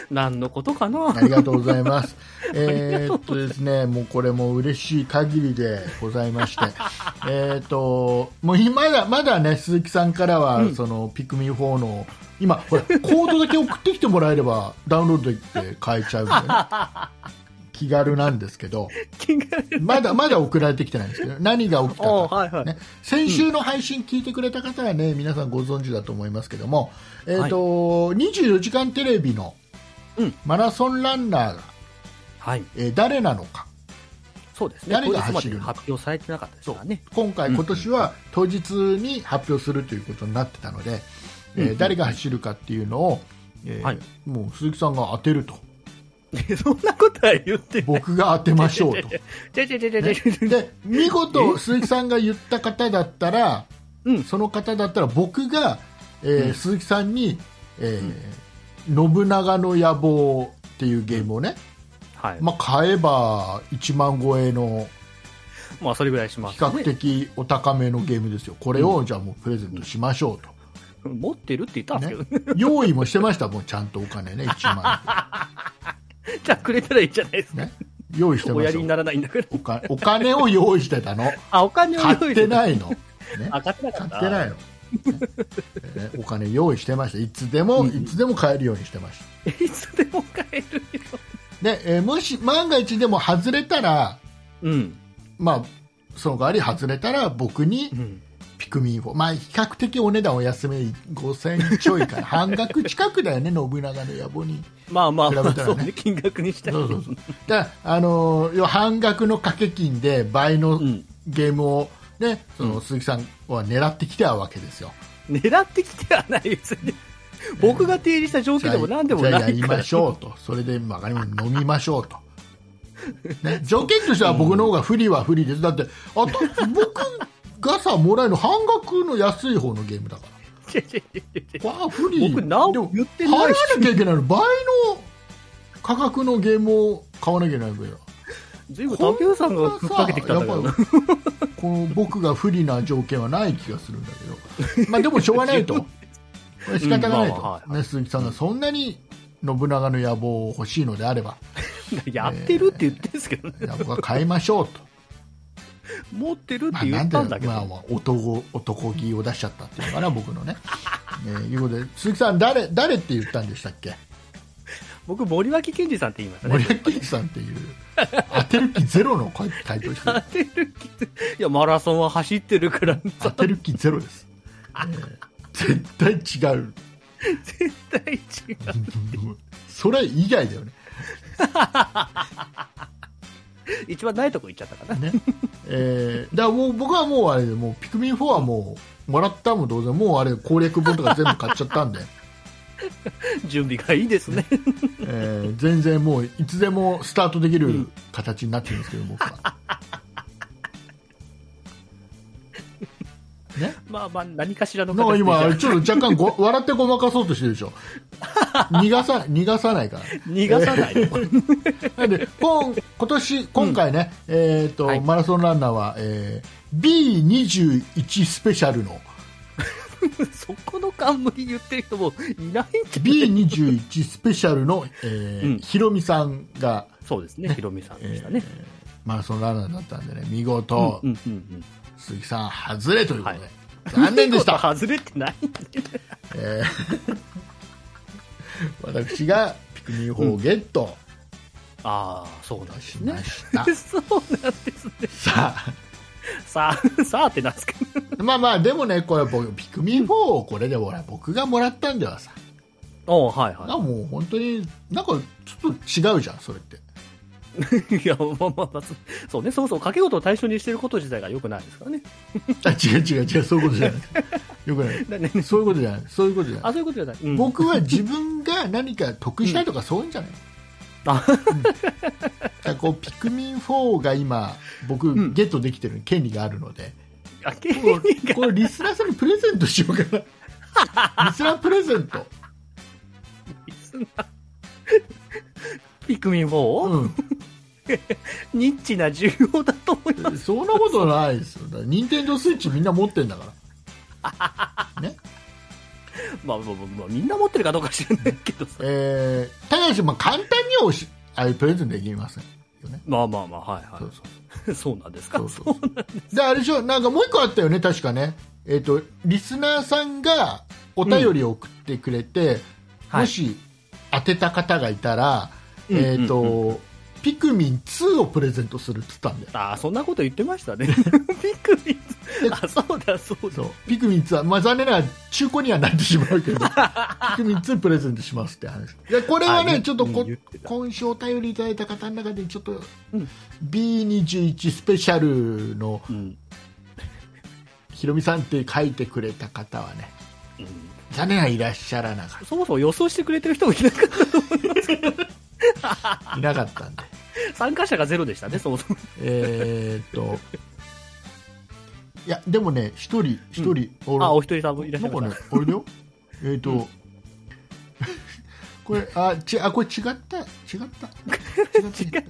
C: 何のことか
B: (laughs)
C: な、
B: ありがとうございます。えーっとですね、もうこれも嬉しい限りでございま (laughs) して、えーっと、もう今まだ、まだね、鈴木さんからは、
C: うん
B: その、ピクミン4の、今、ほら、コードだけ送ってきてもらえれば、ダウンロードできて買えちゃうんで、ね、 (laughs) 気軽なんですけど、
C: 気がある
B: まだまだ送られてきてないんですけど、何が起きた
C: おう
B: か。
C: はいはい、
B: ね、先週の配信聞いてくれた方はね、皆さんご存知だと思いますけども、えーと24時間テレビの
C: うん
B: マラソンランナーが、
C: はい、
B: えー誰なのか
C: そうですね、
B: 誰
C: 当
B: が
C: 日ま
B: 走
C: で
B: るの
C: 発表されてなかったですからね、
B: 今回、
C: うん
B: 今年は当日に発表するということになってたので、えー
C: うん
B: 誰が走るかっていうのを、えー
C: はい
B: もう鈴木さんが当てると
C: (laughs) そんなことは言ってない、
B: 僕が当てましょ
C: (laughs)
B: うと。
C: ちょちょちょちょ
B: ね
C: ちょちょ
B: で見事、鈴木さんが言った方だったら、
C: うん
B: その方だったら僕が、えー
C: うん
B: 鈴木さんに、えー信長の野望」っていうゲームをね、
C: はい、ま
B: まあ、買えば1万超えの
C: あ、それぐらいしま
B: 比
C: す
B: 較
C: ね、
B: 的お高めのゲームですよ、これをじゃあもうプレゼントしましょうと。
C: 持ってるって言ったんですけどね、
B: 用意もしてました、もうちゃんとお金ね、1万
C: じゃあくれたらいいじゃないですか、
B: ね、用意して
C: お
B: ま
C: や
B: し
C: りに
B: た
C: ならないんだから、
B: お金お金を用意してたの、
C: あ、お金を
B: 買
C: (laughs) 用
B: っ
C: 意
B: て
C: い、
B: ないの、ね、
C: あ買ってなか
B: 買
C: っ、
B: ったてないの、ねねお金用意してましたいつでも、
C: うん
B: いつでも買えるようにしてました
C: (laughs) いつでも買えるよ。
B: で、えーもし万が一でも外れたら
C: うん。
B: まあその代わり外れたら僕に
C: うん。
B: ピクミンをまあ比較的お値段お安め5000ちょいから半額近くだよね信長の野望に
C: まあまあ、
B: 比べ
C: ま
B: た
C: あ
B: らね
C: そうね、金額にしたら
B: そうそうそうだから、あのー要は半額の掛け金で倍の
C: うん。
B: ゲームをね、そうの
C: ん
B: 鈴木さんは狙ってきてはわけですよ
C: 狙ってきてはないですね。僕が提示した条
B: じ
C: 件
B: ゃ
C: でも何でもないか
B: あ
C: ら。
B: やりましょうと、それでわかりました飲みましょうと、ね、条件としては僕の方が不利は不利です、だって、あと僕がさ、もらえるの半額の安い方のゲームだか
C: 違う違う違う違う (laughs)
B: ら、わあ、不利、
C: 僕何も
B: でも
C: 言って
B: 払
C: な
B: わ
C: い
B: な
C: し
B: きゃいけないの、倍の価格のゲームを買わなきゃいけないわけよ。
C: (laughs) 随分竹内さんがふっかけてきたんだけどな。
B: こんなさやっぱこの僕が不利な条件はない気がするんだけど、まあ、でもしょうがないと、これ仕方がない
C: うんまあまあはい
B: と、
C: は
B: ね、鈴木さんがそんなに信長の野望を欲しいのであれば、
C: やってるって言ってんですけどね。
B: いや僕は買いましょうと、
C: 持ってるっ
B: まあ、
C: て言
B: な
C: っ
B: んてい
C: た
B: うん
C: だけど。
B: まあまあ、男男気を出しちゃったっていうのかな、僕のね。えーいうことで鈴木さん誰、誰って言ったんでしたっけ、
C: 僕、森脇健児さん (laughs) って言いました
B: 森
C: ね。
B: 脇健児さんっていう、当てる気ゼロの回回答
C: (laughs)
B: してる
C: 当てる気っていや、マラソンは走ってるから、
B: 当てる気ゼロです、えー絶対違う。
C: 絶対違う。
B: (laughs) それ以外だよね。
C: 一番ないとこ行っちゃったかな。
B: ねえーだからもう僕はもうあれでもうピクミン4はもうもらったも同然もうあれ攻略本とか全部買っちゃったんで、 (laughs)
C: 準備がいいですね。
B: えー全然もういつでもスタートできる形になってるんですけど僕
C: (laughs)
B: は。ね、
C: まあまあ、何かしらの
B: なんか
C: 形で (laughs)
B: 今、ちょっと若干ご笑ってごまかそうとしてるでしょ、逃がさ逃がさないから
C: 逃がさない。
B: なんで今今年今回ね、えっ、と、
C: はい
B: マラソンランナーは、えー、B21 スペシャルの
C: (laughs) そこの冠言ってる人もいないんじゃない
B: B21 スペシャルの、えー
C: うん
B: ひろみさんが、
C: そうですね、ヒロミさんでしたね。
B: えーマラソンランナーだったんでね見事、
C: うんうんうん
B: 鈴木さん外れということで、
C: はい
B: 残念でし
C: 見 (laughs)
B: た、
C: 事外れてない。
B: えー私がピクニー砲をゲット
C: ああ、そうなんです
B: し
C: ね
B: ま。した、
C: そうなんですね。
B: さあ
C: さあ、さあってなんですか。
B: まあまあでもねこれ僕ピクミン4をこれでほら僕がもらったんではさ
C: おはい
B: あ
C: は
B: もう本当になんかちょっと違うじゃんそれって
C: い。いや、まあまあまあ、そうね、そもそも掛け事を対象にしてること自体が良くないですからね。
B: あ違う違う違うそういうことじゃないよくない
C: だね
B: そういうことじゃないそういうことじゃな
C: (laughs) あ、
B: い
C: そういうことじゃない。うん
B: 僕は自分が何か得したいとかそういうんじゃない、
C: あ
B: だからこうピクミン4が今僕
C: ん
B: ゲットできてる権利があるので、
C: あけ
B: これこれリスナーさんにプレゼントしようか
C: (laughs)
B: なリスナープレゼント、
C: ピクミン 4?
B: う
C: ニッチな需要だと思います。
B: ん、そんなことないですよだから任天堂スイッチみんな持ってんだから
C: まあ、まあまあまあ、みんな持ってるかどうか知らないけどさ。
B: えー、ただし、まあ、簡単にはおしあれプレゼントできませんよね。
C: まあまあまあ、はいは
B: そ
C: い。(laughs) そうう
B: そ
C: なんですか。
B: そうそうそう。で、あれでしょ、なんかもう一個あったよね、確かね。えっ、と、リスナーさんがお便りを送ってくれて、
C: はい
B: もし当てた方がいたら、
C: うん
B: えっ、と、
C: うん
B: ピクミン2をプレゼントするって言ったんだよ。
C: ああ、そんなこと言ってました
B: (laughs)
C: ね。ピクミン。あ、そうだ、そう
B: そ
C: だ
B: う。ピクミン2は、まあ、残念ながら中古にはなってしまう
C: (laughs)
B: けどピクミン2プレゼントしますって話でこれは
C: あ
B: ね
C: 言
B: ちょっとこ
C: 言ってた
B: 今週お便りいただいた方の中でちょっと、
C: うん
B: B21 スペシャルの
C: うん。
B: ひろみさんって書いてくれた方はね
C: うん
B: 残念ながらいらっしゃらなかっ
C: そもそも予想してくれてる人もいなかった。 (laughs)
B: たいなかったんで
C: 参加者がゼロでしたね、そもそも。
B: えーっといやでもね一人一人、俺
C: あ、お一人さんもいらっしゃ
B: ないん
C: ま
B: か
C: し
B: ね
C: た。、
B: あれだよ。えっ、と、 (laughs) これ、あ、ち、あ、これ違った、違った。違
C: (laughs)
B: った。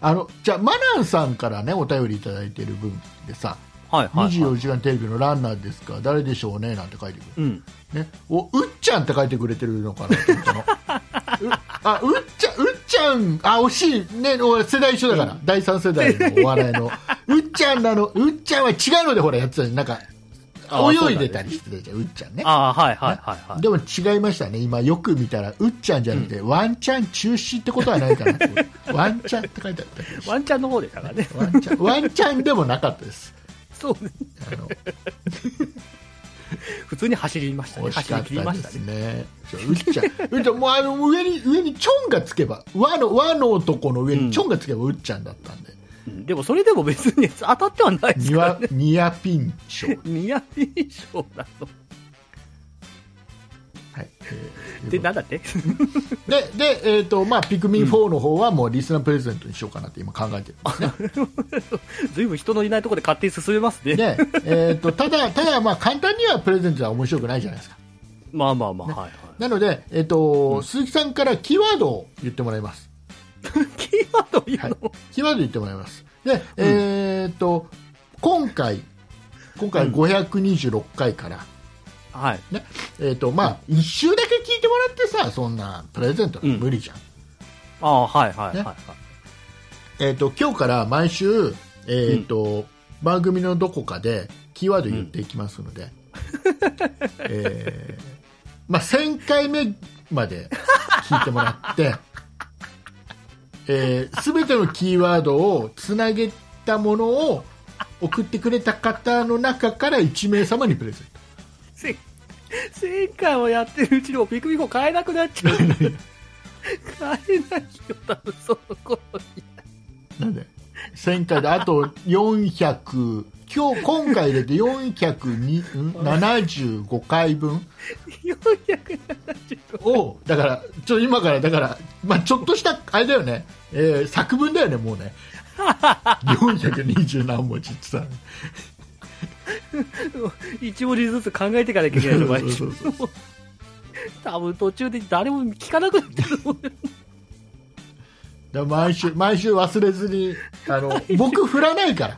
B: あの、じゃあ、マナンさんからね、お便りいただいてる分でさ、
C: はいはい、はい。
B: 24時間テレビのランナーですか、誰でしょうね、なんて書いてく
C: うん。
B: る。ね、お、うっちゃんって書いてくれてるのかなと (laughs) 思ったのうあ、うっちゃん、うっちゃん、あ、惜しい。ね、俺世代一緒だから、第三世代のお笑い (laughs) の。うっちゃんなの、うっちゃんは違うので、ほら、やってたじゃん。なんか、
C: あ
B: 泳いでたりしてたじゃん、うっちゃんね。
C: ああ、はいはいはいはい。
B: でも違いましたね、今よく見たら、うっちゃんじゃなくて、ワンチャン中止ってことはないかなと思ってワンチャンって書いてあったけど
C: ワンチャンの方でしたからね。
B: (laughs) ワンチャン、ワンチャンでもなかったです。
C: そうね。
B: あの
C: 普通に走りましたね。
B: 惜し
C: 走
B: か
C: り
B: っ
C: 切り
B: た
C: ま
B: で
C: した
B: す
C: ね。
B: ね。ちょうっちゃん、うっちゃん、もうあの上に、上にチョンがつけば、和の、和の男の上にチョンがつけば、うっちゃんだったんで、
C: うんでもそれでも別に当たってはないです
B: ニ
C: から
B: ワ
C: ね。、
B: ニアピン賞。はい。
C: ニアピン賞なの。
B: えー
C: で、なんだって (laughs)
B: で、で、えっ、と、まあ、ピクミン4の方はもうリスナープレゼントにしようかなって今考えてる。
C: ずいぶん人のいないところで勝手に進めますね。
B: で、えっ、と、ただ、ただ、まあ、簡単にはプレゼントは面白くないじゃないですか。
C: まあまあまあ、はいはい。
B: なので、えっと鈴木さんからキーワードを言ってもらいます。
C: キーワード言
B: は
C: う
B: い
C: の、、
B: キーワード言ってもらいます。で、えっと今回今回526回から、
C: はい、
B: ねえっとまあ、1週だけ聞いてもらってさそんなプレゼント
C: うん
B: 無理じゃん。
C: ああ、はいはい
B: ね
C: はい、はい。
B: えっと今日から毎週、えっと番組のどこかでキーワード言っていきますので、えーまあ、1000回目まで聞いてもらって、えー、全てのキーワードをつなげたものを送ってくれた方の中から1名様にプレゼント
C: せ前回をやってるうちにもピクピクを買えなくなっちゃう。買えないよ、多分その頃に。
B: なんで1000回であと400今日今回入れて475回分
C: 475
B: をだからちょ今からだから、まあ、ちょっとしたあれだよね、えー作文だよねもうね420何文字ってさ
C: 一文字ずつ考えていかなきゃいけないの毎日
B: そうそうそう
C: 多分途中で誰も聞かなくなってると思う
B: だから毎週、毎週忘れずに、あの、僕振らないから。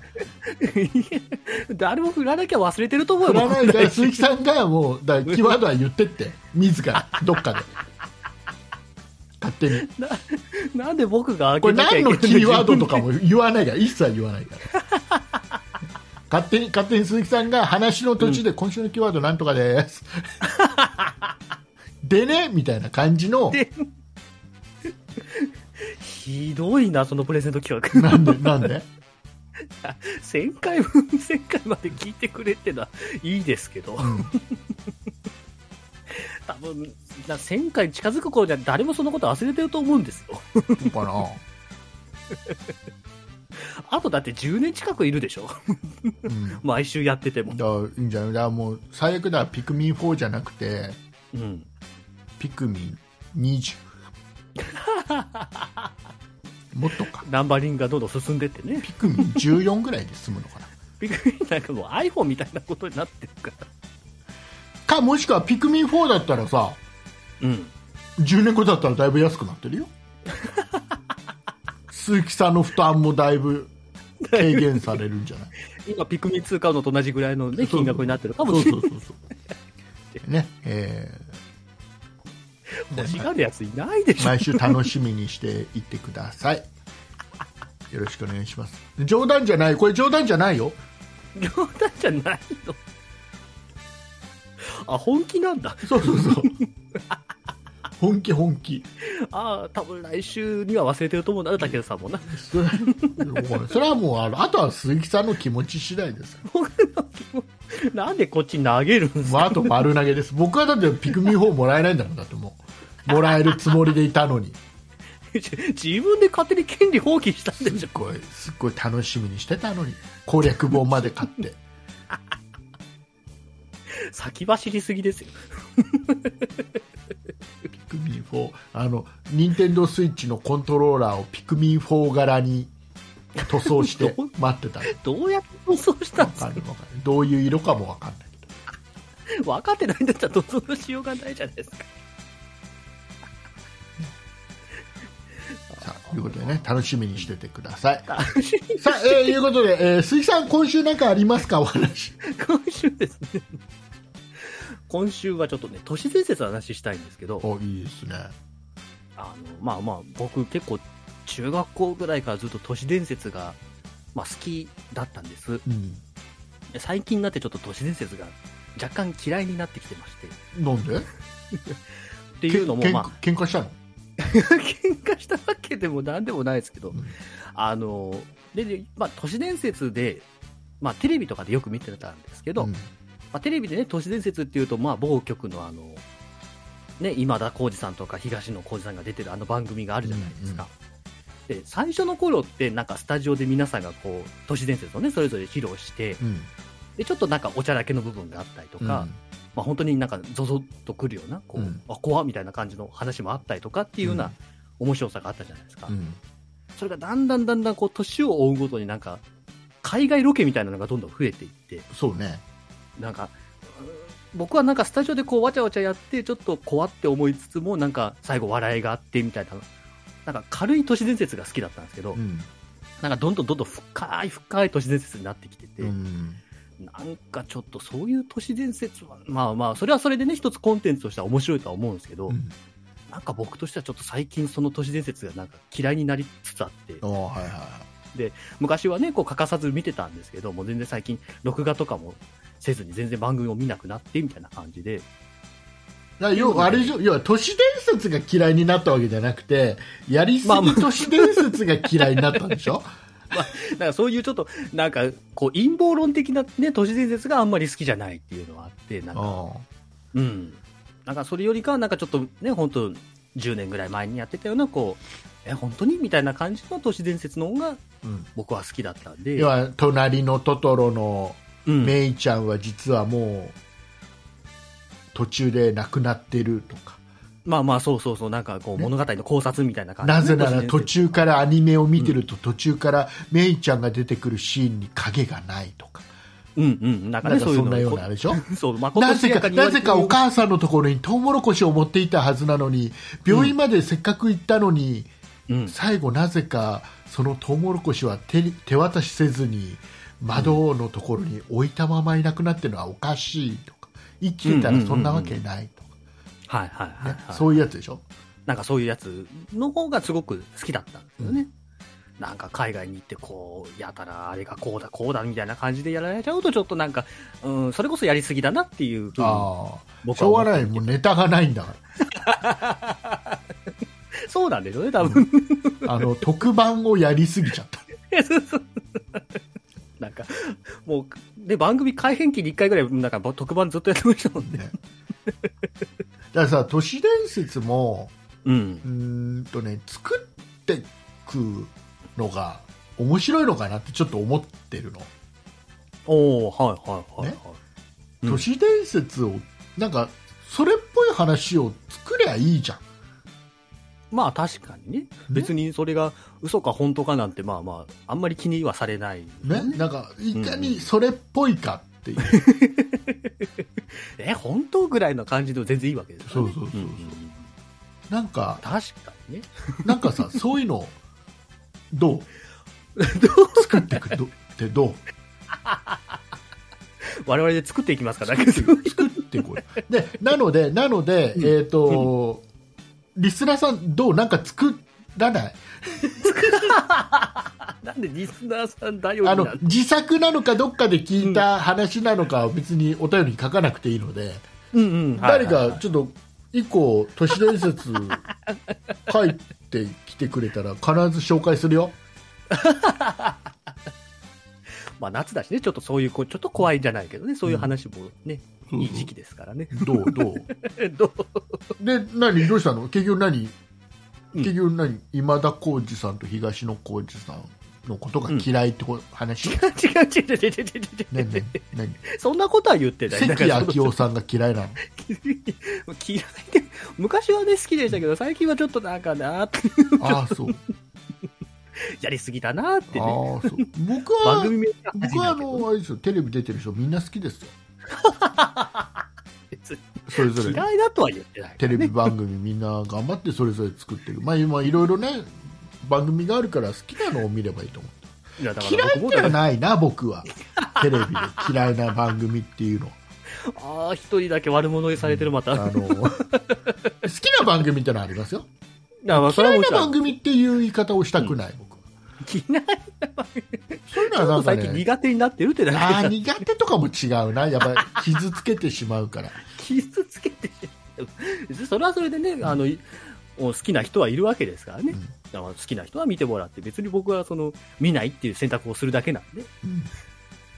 C: 誰も振らなきゃ忘れてると思う
B: 振
C: よ
B: らないから、
C: 僕
B: 鈴木さんがもう、だからキーワードは言ってって。自ら、どっかで。勝手に。
C: なんで僕が
B: これ
C: 開けなきゃい
B: 何
C: けない
B: のキーワードとかも言わないから、一切言わないから。勝手に、勝手に鈴木さんが話の途中で、今週のキーワードなんとかです。でね、みたいな感じの、
C: で (laughs) ひどいな、そのプレゼント企画。
B: なんで、なんで
C: 1000回分、1000回まで聞いてくれってのはいいですけど、 (laughs) 多分な1000回近づく頃には誰もそのこと忘れてると思うんですよ。
B: そうかな。
C: あとだって10年近くいるでしょ、 (laughs)
B: うん
C: 毎週やってても。
B: だからいいんじゃないだからもう最悪だからピクミン4じゃなくて
C: うん、
B: ピクミン20もっとか
C: ナンバリングがどんどん進んでってね、
B: ピクミン14ぐらいで済むのかな
C: びっくりなんかもう iPhone みたいなことになってるから。
B: かもしくはピクミン4だったらさ
C: うん
B: 10年後だったらだいぶ安くなってる
C: (laughs)
B: よ鈴木さんの負担もだいぶ軽減されるんじゃ
C: (laughs)
B: ない
C: 今、ピクミン2買うのと同じぐらいの、ね、金額になってるかもし
B: そう
C: れな
B: そ。
C: いう
B: そう
C: (laughs)
B: そうねえー
C: 欲しがるやついないでしょ。
B: 毎週楽しみにしていってくださいよろしくお願いします冗談じゃないこれ冗談じゃないよ
C: 冗談じゃないのあ本気なんだ
B: そうそう
C: (laughs)
B: そう本気本気
C: ああ多分来週には忘れてると思うな武田さんもな (laughs)
B: それそれはもうあのあとは鈴木さんの気持ち次第ですよ
C: なんでこっち投げるん (laughs) です
B: もう
C: か
B: あと丸投げです僕はだってピクミン4もらえないんだもんだってもうもらえるつもりでいたのに
C: 自分で勝手に権利放棄したん
B: すっ
C: でしょ (laughs)
B: ごいすっごい楽しみにしてたのに攻略本まで買って
C: 先走りすぎですよ
B: ピクミン4あの任天堂スイッチのコントローラーをピクミン4柄に塗装して
C: どう
B: 待ってたわ
C: どうやって予想したんです
B: か
C: か
B: るわかるどういう色かもわかんないけど
C: 分かってないんだったらどうぞしようがないじゃないですか (laughs)
B: さあということでね楽しみにしててください
C: 楽しみ
B: さあ、えー、いうことで、えー、鈴木さん今週なんかありますかお話
C: 今週ですね (laughs) 今週はちょっとね都市伝説の話したいんですけど
B: おいいですね
C: あのまあまあ僕結構中学校ぐらいからずっと都市伝説が、まあ、好きだったんです
B: うん
C: で最近になってちょっと都市伝説が若干嫌いになってきてましてっ
B: なんでって
C: いうのもまあ
B: 喧嘩したの
C: 喧嘩したわけでも何でもないですけど、
B: うん
C: あのでで、まあ、都市伝説で、まあ、テレビとかでよく見てたんですけど、
B: うん
C: まあ、テレビでね都市伝説っていうと、まあ、某局のあの、ね、今田耕司さんとか東野耕司さんが出てるあの番組があるじゃないですか、で最初の頃ってなんかスタジオで皆さんがこう都市伝説をねそれぞれ披露して
B: うん
C: でちょっとなんかおちゃらけの部分があったりとか、
B: うん
C: まあ、本当になんかゾゾッとくるようなこう、
B: うん
C: あ怖っみたいな感じの話もあったりとかっていうよう
B: う
C: なん面白さがあったじゃないですか、
B: うん
C: それがだんだんだんだんこう年を追うごとになんか海外ロケみたいなのがどんどん増えていって
B: そうね
C: なんかうん僕はなんかスタジオでこうわちゃわちゃやってちょっと怖って思いつつもなんか最後笑いがあってみたいななんか軽い都市伝説が好きだったんですけど、
B: うん
C: なんかどんどんどんどん深い深い都市伝説になってきてて、
B: うん
C: なんかちょっとそういう都市伝説は、まあまあ、それはそれでね、一つコンテンツとしては面白いとは思うんですけど、
B: うん
C: なんか僕としてはちょっと最近その都市伝説がなんか嫌いになりつつあって、
B: おーはいはいは
C: 昔はね、こう欠かさず見てたんですけど、もう全然最近、録画とかもせずに全然番組を見なくなってみたいな感じで、
B: いだから要はあれでしょ要は都市伝説が嫌いになったわけじゃなくてやりす
C: まあま
B: ぎ都市伝説が嫌いになったんでしょ、
C: なんかそういうちょっと、なんかこう陰謀論的なね、都市伝説があんまり好きじゃないっていう (laughs) のはあって、なんか
B: うん
C: うん、なんかそれよりかはなんかちょっとね本当10年ぐらい前にやってたようなこうえ本当にみたいな感じの都市伝説の方が
B: うん
C: 僕は好きだったんで
B: 要、は隣のトトロの
C: うん
B: メイちゃんは実はもう途中で亡くなってるとか、
C: まあまあそうそうそうなんかこう
B: ね
C: 物語の考察みたいな感
B: な
C: じ
B: ぜ
C: の
B: なら
C: 都
B: 途
C: 市伝説
B: 中からアニメを見てると途中からメイちゃんが出てくるシーンに影がないとか
C: うんうん、なんか
B: なん
C: ね、
B: か
C: そういう
B: そん
C: の
B: なようなあれでしょ
C: そう、まこと
B: な
C: し
B: ぜ
C: や
B: か
C: かに言
B: な
C: われ
B: ぜ
C: て
B: かお母さんのところにトウモロコシを持っていたはずなのに病院までせっかく行ったのに、
C: うん、
B: 最後なぜかそのトウモロコシは手に手渡しせずに窓のところに置いたままいなくなってるのはおかしいとか生きてたらそんなわけないとか、
C: はいはいはい、
B: ね
C: はい。
B: そういうやつでしょ
C: なんかそういうやつの方がすごく好きだったんですよね。なんか海外に行ってこう、やたらあれがこうだこうだみたいな感じでやられちゃうとちょっとなんか、うん、それこそやりすぎだなっていうふうに
B: ああ
C: 僕
B: し
C: は
B: ょう
C: 思っ
B: がな
C: て
B: いもうネタがないんだか
C: そうなんでしょうね、多分。
B: らあの特番をやりすぎちゃった
C: (laughs) なんか、もう、で、番組改編期に1回ぐらい、なんか特番ずっとやってましたもんね。
B: ねだからさ都市伝説も
C: うん
B: う。ーんとね作ってくのが面白いのかなってちょっと思ってるの
C: おおはいはいはいはい。
B: ねうん都市伝説をなんかそれっぽい話を作りゃいいじゃん
C: まあ確かにね。別にそれが嘘か本当かなんて、まあまあ、あんまり気にはされない。
B: ね、なんかいか
C: うんう
B: に
C: ん
B: それっぽいかっていう、
C: え、本当ぐらいの感じでも全然いいわけですからね。
B: そうそうそうそうん
C: ん
B: なんか
C: 確かにね。
B: なんかさそういうの (laughs) どう作ってくどってどう
C: 我々で作っていきますから、なんかそういう
B: 作ってこいでなのでなので、
C: うん
B: えっ、と、リスナーさんどうなんか作らない
C: (laughs) なんでリスナーさんだよ
B: あ
C: な
B: の
C: の
B: 自作なのかどっかで聞いた話なのかは別にお便りに書かなくていいので、
C: うんうん。は
B: 誰
C: いはいはい
B: かちょっと以降都市伝説書いてきてくれたら必ず紹介するよ
C: まあ夏だしね、ちょっとそういう、こうちょっと怖いんじゃないけどね、そういう話も
B: う
C: ね、
B: ん
C: いい時期ですからね。
B: どうどう
C: どう
B: で何どうしたの結局何
C: うん
B: 結局何今田耕司さんと東野耕司さんのことが嫌いってこ、話
C: 違う違う違う違う違う違う違
B: 何
C: う。
B: 何何
C: そんなことは言ってない。
B: 関
C: (laughs) だから
B: 昭夫さんが嫌いなの
C: 嫌いで、昔はね、好きでしたけど、最近はちょっとなんかなーって、
B: ああ
C: (laughs)
B: そう
C: やりすぎだなーって
B: あ
C: ね。
B: あそう僕
C: 番
B: は
C: 組名が
B: 僕はあのあれですよテレビ出てる人みんな好きですよ
C: (laughs) 別に
B: それぞれ
C: 嫌いだとは言ってない。
B: テレビ番組みんな頑張ってそれぞれ作ってる、まあ今いろいろね番組があるから好きなのを見ればいいと思う
C: いやだから
B: 嫌
C: 僕
B: い
C: も
B: で
C: だ
B: は
C: から
B: ないな僕はテレビで嫌いな番組っていうの
C: ああ、一人だけ悪者にされてる、また。
B: あの好きな番組ってのはありますよ
C: だからそれ
B: 嫌
C: は
B: な
C: いもちろ
B: 番
C: ん。
B: 組っていう言い方をしたくない、僕は (laughs)
C: 嫌い
B: そういうの
C: ち
B: はな
C: ょっと
B: んか
C: 最近
B: ね
C: 苦手になってるってだけ
B: あー苦手とかも違うなやっぱり傷つけてしまうから
C: 傷つけて、 (laughs) それはそれでね、あのい好きな人はいるわけですからね、
B: うん
C: だから好きな人は見てもらって、別に僕はその見ないっていう選択をするだけなんで、
B: うん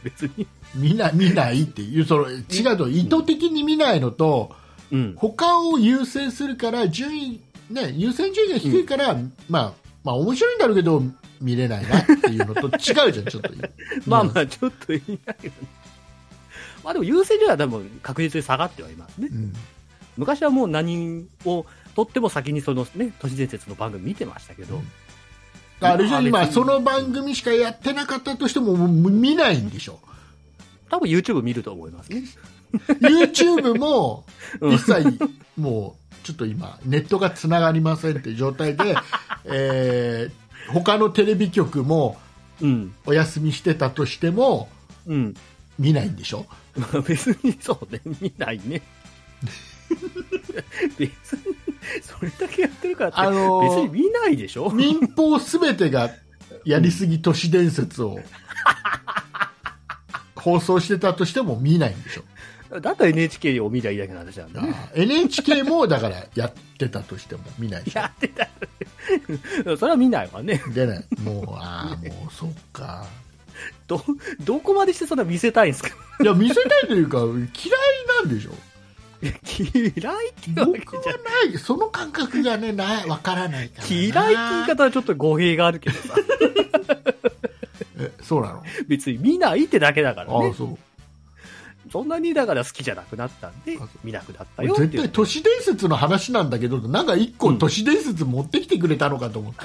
C: 別に、
B: 見ない見ないっていうその違うと意図的に見ないのと、
C: うん、
B: 他を優先するから順位、ね、優先順位が低いから、まあ、まあ面白いんだろうけど見れないなっていうのと違うじゃんちょっと
C: (laughs) まあまあ、ちょっといないけどねまあでも優先順位は多分確実に下がってはいますね
B: う。ん、
C: 昔はもう何をとっても先にそのね、都市伝説の番組見てましたけど、
B: あれじゃ
C: まあ
B: 今
C: 別に
B: その番組しかやってなかったとしてももう見ないんでしょ
C: 多分 YouTube 見ると思いますね。
B: YouTube も
C: うん
B: 一切もうちょっと今ネットがつながりませんっていう状態で、えー他のテレビ局も
C: うん。
B: お休みしてたとしても
C: うん。
B: 見ないんでしょ
C: まあ別にそうね、見ない
B: (laughs)
C: ね。別に、それだけやってるからって、
B: あのー
C: 別に見ないでしょ
B: 民放すべてがやりすぎ都市伝説
C: (laughs)
B: を放送してたとしても見ないんでしょ
C: だったら NHK を見りゃいいだけの話なんだ。
B: (laughs) NHK もだからやってたとしても見ないでしょ
C: やってたらそれは見ないわね。
B: 出ないもうああもうそっか
C: ど、どこまでしてそんな見せたいんですか
B: いや見せたいというか嫌いなんでしょ
C: 嫌いって言わけ
B: 僕は
C: じゃ
B: ないその感覚がねないわからないからな
C: 嫌いって言い方はちょっと語弊があるけ
B: (laughs)
C: どさ。
B: えそうなの
C: 別に見ないってだけだから
B: ああ
C: ね。
B: そう
C: そんなにだから好きじゃなくなったんで
B: あそう、
C: 見なくなったよっていう。
B: 絶対都市伝説の話なんだけどなんか一個都市伝説持ってきてくれたのかと思って、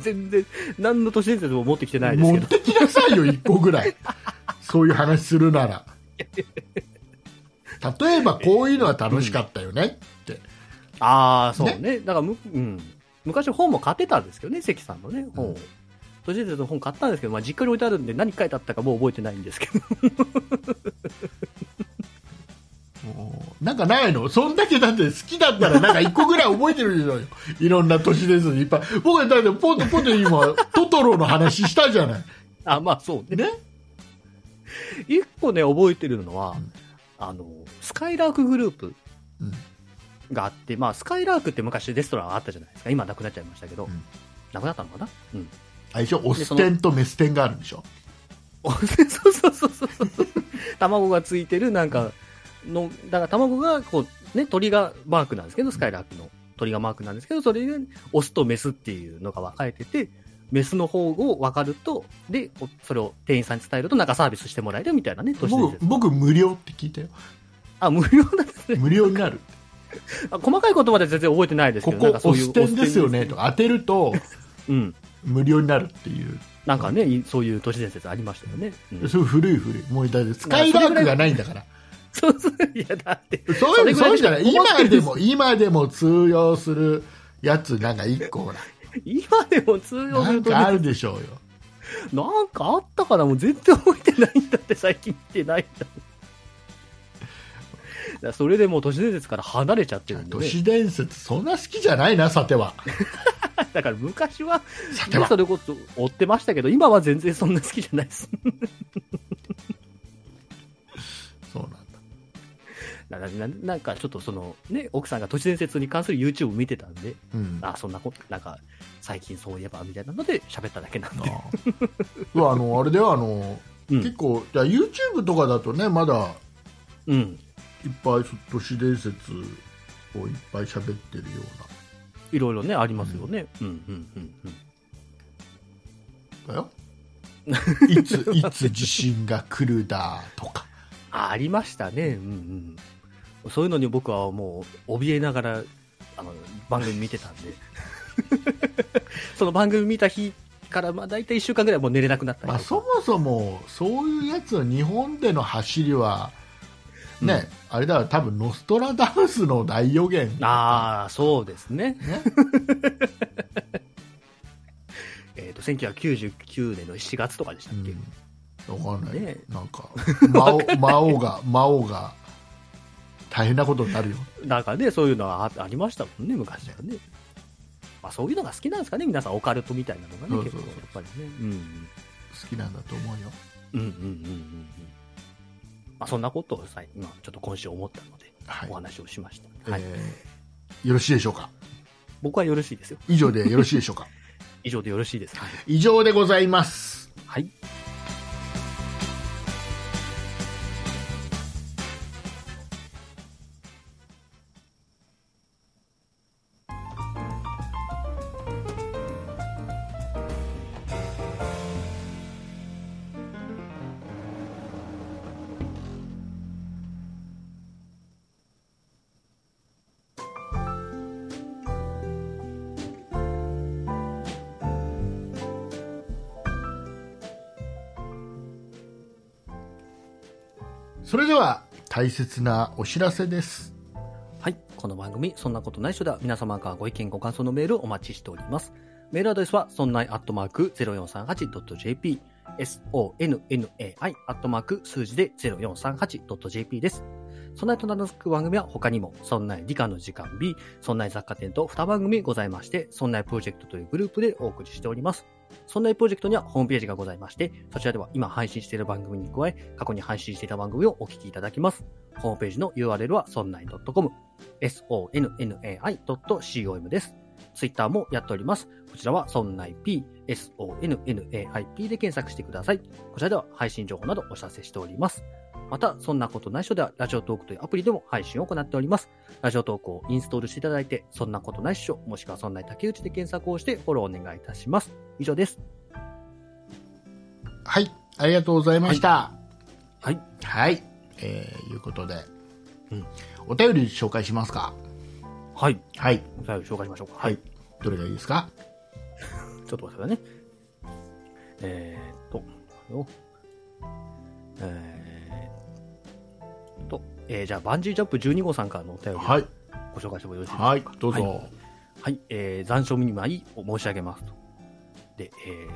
C: 全然、何の都市伝説も持ってきてないです
B: 持
C: け
B: って
C: ど。
B: きなさいよ、1個ぐらい。そういう話するなら。例えば、こういうのは楽しかったよねって。
C: ああ、そうね。だからむ、うん。昔本も買ってたんですけどね、関さんのね、本
B: う
C: を。
B: ん
C: 都市伝説の本買ったんですけど、まあ、実家に置いてあるんで何書いてあったかもう覚えてないんですけど。
B: なんかないのそんだけだって好きだったらなんか1個ぐらい覚えてるでしょうよ。いろんな都市伝説いっぱい。僕だってポンとポンと今、トトロの話したじゃない。
C: (laughs) あ、まあそうね。
B: ね
C: 一個ね、覚えてるのは、
B: うん
C: あの、スカイラークグループ
B: うん
C: があって、まあ、スカイラークって昔レストランあったじゃないですか。今なくなっちゃいましたけど。
B: うん
C: なくなったのかなうん。
B: あれでしょオステンとメステンがあるんでしょ
C: おそうそうそうそうそう。 (laughs) 卵がついてる、なんか、の、だから卵が、こう、ね、鳥がマークなんですけど、スカイラークの鳥がマークなんですけど、それで、オスとメスっていうのが分かれてて、メスの方を分かると、で、こうそれを店員さんに伝えると、なんかサービスしてもらえるみたいなね、都市伝
B: 僕
C: 説。
B: 僕無料って聞いたよ。
C: あ、無料なんですね。
B: 無料になる。
C: あ細かいことまで全然覚えてないですけ
B: こ
C: ど、
B: こ
C: なんかそう
B: オ
C: いう
B: ステンですよねと
C: か。
B: か当てると
C: うん。
B: 無料になるっていう。
C: なんかね、いそういう都市伝説ありましたよね。うん
B: そう古い古い。もうだってスカイラークがないんだから。
C: (laughs) そうそう。いや、だって、
B: そういう
C: それぐら
B: そう
C: い
B: じゃない
C: 困って
B: 今
C: る
B: でも今でも通用するやつなんか1個ほ
C: (laughs)
B: ら
C: 今でも通用す
B: な
C: る
B: ん
C: とね
B: かあるでしょうよ
C: なんかあったかなもう全然覚えてないんだって最近見てないんだだからそれでもう都市伝説から離れちゃってるんで、
B: 都
C: ね、
B: 市伝説そんな好きじゃないなさては
C: だから昔は、
B: さて
C: ね、
B: は
C: (laughs) それこそ追ってましたけど今は全然そんな好きじゃないです
B: そうなんだ
C: なななんかちょっとそのね奥さんが都市伝説に関する YouTube 見てたんで
B: うん
C: あそんなことなんか最近そういえばみたいなので喋っただけなんで、
B: あ (laughs) うわあのあれだよあの、
C: う
B: 結
C: ん
B: 構だ YouTube とかだとねまだ
C: うん、
B: いっぱい都市伝説をいっぱい喋ってるよ
C: いろいろねありますよね、うんうんうんう
B: うな
C: ん、
B: だ (laughs) よいついつ地震が来るだとか
C: ありましたね、うんうん、そういうのに僕はもう怯えながらあの番組見てたん
B: (laughs)
C: でその番組見た日からまあ大体1週間ぐらいもう寝れなくなったり
B: まあ、
C: とか
B: そもそもそういうやつの日本での走りは、ねあれだから多分ノストラダムスの大予言
C: ああそうですね、
B: ね
C: (laughs) えー、と1999年の7月とかでし
B: う
C: たっけ、
B: んわかんない、
C: ね
B: なん (laughs) か魔王魔王が魔王が大変なことになるよ
C: なんかねそういうのはあありましたもんね昔はね、まあ、そういうのが好きなんですかね皆さんオカルトみたいなのがね
B: そう
C: 結
B: そう
C: 構
B: そう
C: やっぱりね、うん
B: 好きなんだと思うよ
C: うんうんうんうんうんまあ、そんなことをさ今ちょっと今週思ったので、
B: はい
C: お話をしました、はい
B: えーよろしいでしょうか
C: 僕はよろしいですよ
B: 以上でよろしいでしょうか
C: 以上でよろしいですはい、
B: 以上でございます
C: はい、
B: それでは大切なお知らせです
C: この番組「そんなことない人」では皆様からご意見ご感想のメールをお待ちしておりますメールアドレスはそんないアットマーク 0438.jp sonnai アットマーク数字で 0438.jp ですそんないと名付く番組は他にも、そんない理科の時間 B、そんない雑貨店と2番組ございまして、そんないプロジェクトというグループでお送りしております。そんないプロジェクトにはホームページがございまして、そちらでは今配信している番組に加え、過去に配信していた番組をお聞きいただきます。ホームページの URL はそんない .com、sonnai.com です。ツイッターもやっております。こちらは、そんない P、sonnaip で検索してください。こちらでは配信情報などお知らせしております。また、そんなことない人では、ラジオトークというアプリでも配信を行っております。ラジオトークをインストールしていただいて、そんなことないっしょ、もしくはそんない竹内で検索をしてフォローお願いいたします。以上です。
B: はいありがとうございました、
C: はい。
B: はい、えー、いうことで、
C: うん
B: お便り紹介しますか
C: はい。
B: はい
C: お便り紹介しましょうか。
B: はい。どれがいいですか
C: ちょっと待ってくださいね。えーっと、これをえーっと、えーじゃあ、バンジージャンプ12号さんからのお便りを
B: はい、
C: ご紹介してもよろしいですか。
B: はい、どうぞ。
C: はいはい、えー残暑見舞いを申し上げますと。で、えー、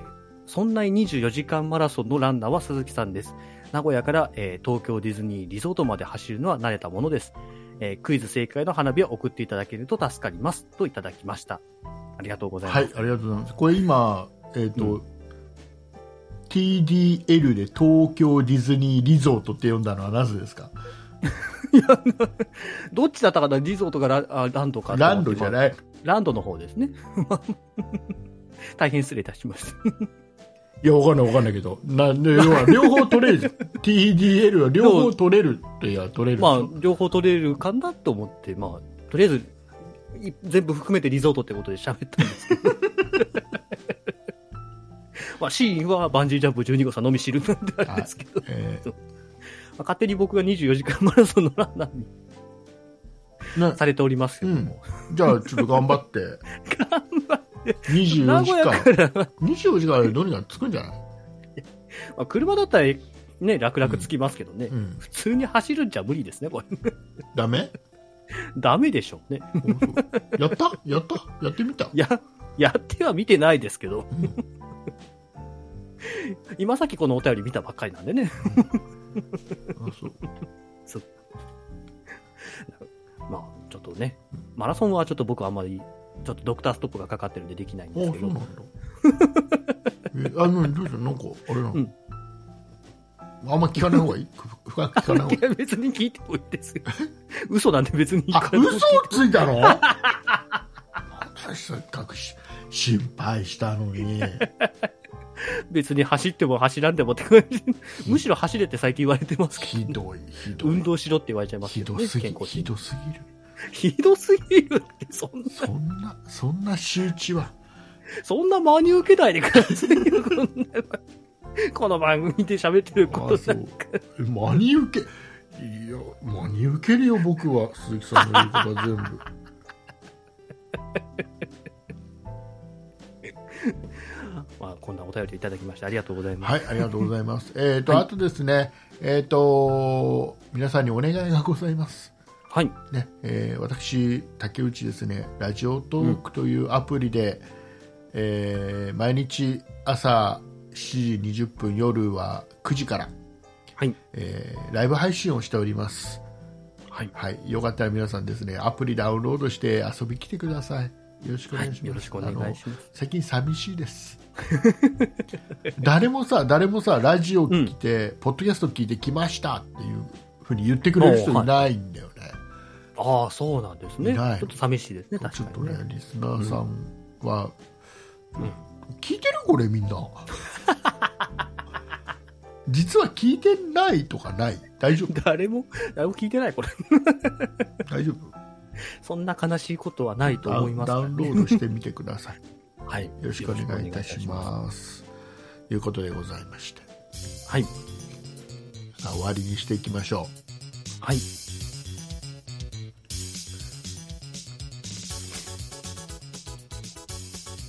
C: そんな24時間マラソンのランナーは鈴木さんです。名古屋から、えー東京ディズニーリゾートまで走るのは慣れたものです。えークイズ正解の花火を送っていただけると助かります。といただきました。ありがとうございます。
B: はい、ありがとうございます。これ今、えっ、と、
C: う
B: TDL で東京ディズニーリゾートって呼んだのはなぜですか
C: どっちだったかなリゾートかラあランドか。
B: ランドじゃ
C: い。
B: ない。
C: ランドの方ですね。 (laughs) 大変失礼いたしました。
B: いや、わかんないわかんないけど。なんで、要 (laughs) は両方取れるじゃん。TDL は両方取れるって言えば取れるでし
C: ま
B: ょ。
C: あ、両方取れるかなと思って、まあ、とりあえず、い全部含めてリゾートってことで喋ったんですけど。
B: (laughs)
C: まあ、シーンはバンジージャンプ12号さんのみ知るなんであれですけど、ま
B: え
C: あ勝手に僕が24時間マラソンのランナーに
B: ーな
C: されておりますけども、
B: じゃあ、ちょっと頑張
C: (laughs)
B: って。
C: 名
B: 24時
C: 古屋
B: 間。
C: から、ま
B: 24時間でどうにかつくんじゃない
C: あ、車だったらね、楽々つきますけどね、
B: うん。
C: 普通に走るんじゃ無理ですね、これ。
B: ダ
C: (laughs)
B: メ
C: ダメでしょうね。
B: やったやったやってみた
C: や、 (laughs) やっては見てないですけど
B: ん。
C: 今さっきこのお便り見たばっかりなんでね。
B: あそう
C: まあ、ちょっとね、マラソンはちょっと僕はあんまり、ちょっとドクターストップがかかってるんでできないん
B: あ
C: ですけ
B: そう
C: ど
B: なん、だえあのどうしたなんかあれなの、
C: うん
B: あんま聞かない方が
C: (laughs)
B: いいく深く聞かない方がい
C: い
B: い
C: や、別に聞いてもいいですよ。嘘なんで別にいい
B: あ
C: から
B: 嘘をついた
C: (laughs)
B: のせっかくし心配したのに
C: 別に走っても走らんでもって感じ。むしろ走れって最近言われてますけ
B: ひどいひ
C: ど、
B: どい
C: 運動しろって言われちゃいます
B: ひ
C: けど
B: ど
C: ね、
B: すぎ
C: 健康
B: ひ
C: 診断
B: どすぎる
C: ひどすぎるって、そんな、
B: そんなそんな仕打ちは
C: そんな真に受けないでくださいよ、こんな。この番組で喋ってる
B: あ
C: こと
B: そう真に受けいや真に受けるよ僕は鈴木さんの言うことは全部
C: (laughs) まあ、こんなお便りいただきましてありがとうございます。
B: はい、ありがとうございます。えっと、あとですね、えっ、と、皆さんにお願いがございます。
C: はい。
B: ね、えー私、竹内ですね、ラジオトークというアプリで、えー毎日朝7時20分、夜は9時から、
C: はい。
B: えーライブ配信をしております。
C: はい。
B: はい、よかったら皆さんですね、アプリダウンロードして遊び来てください。よろしくお
C: は
B: 願い
C: い
B: しま。す。
C: よろしくお願いし
B: あの
C: ます。
B: 最近寂しいです (laughs) 誰もさ誰もさラジオ聞いて、ポッドキャスト聞いてきましたっていうふうに言ってくれる人いないんだよね、
C: ああ、そうなんですね。
B: い
C: ちょ
B: ない
C: っと寂しいですね、
B: ち
C: 確
B: ょっ
C: か
B: と
C: に、ね
B: ね。リスナーさんは、聞いてるこれみんな (laughs) 実は聞いてないとかない大丈夫
C: 誰も、誰も聞いてない、これ。
B: 大丈夫
C: そんな悲しいことは (laughs) ないと思います
B: ダ
C: か
B: ウ
C: ら
B: ン
C: ね、
B: ダウンロードしてみてくださいよ
C: はい。よ
B: ろしくお願いいたし
C: ろ
B: ますということでございまして
C: しくお願いいたします。
B: さあ終わりにしていきましょう
C: はい。はい。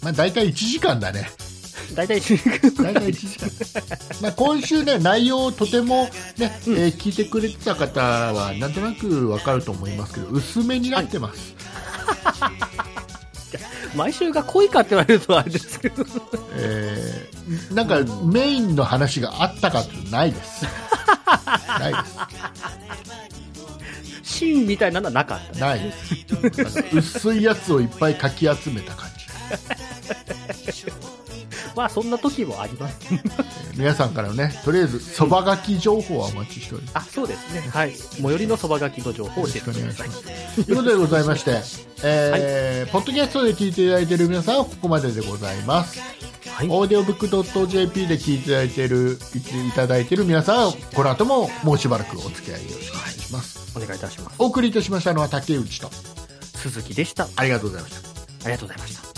B: まあ、大体1時間だね。
C: 大体、 (laughs) は
B: 大体1時間。まあ、今週ね、内容をとてもね、えー聞いてくれてた方は、なんとなくわかると思いますけど、薄めになってます。
C: い毎週が濃いかって言われるとあれですけど。
B: えーなんか、メインの話があったかっていうとないです。ないで
C: シーンみたいなのはなかった
B: す。
C: ね。
B: ないです。なんか薄いやつをいっぱいかき集めた感じ。
C: まあ、そんな時もあります。
B: えー皆さんからのね、とりあえず、そばがき情報はお待ちしております。
C: あ、そうですね。はい。最寄りのそばがきの情
B: よ
C: 報を
B: ろ
C: 教え
B: してく
C: く
B: お願い
C: だ
B: し
C: さ
B: ま
C: い。
B: す。ということでございまして、えーポッドキャストで聞いていただいている皆さんはここまででございます。
C: はい
B: オーディオブックドット JP で聞いていただいている、いただいている皆さんはこの後ももうしばらくお付き合いよろしくお願いします。
C: お願いいたします。
B: お送りいたしましたのは竹内と、
C: 鈴木でした。あ
B: ありがとうございました。
C: りがとうございました。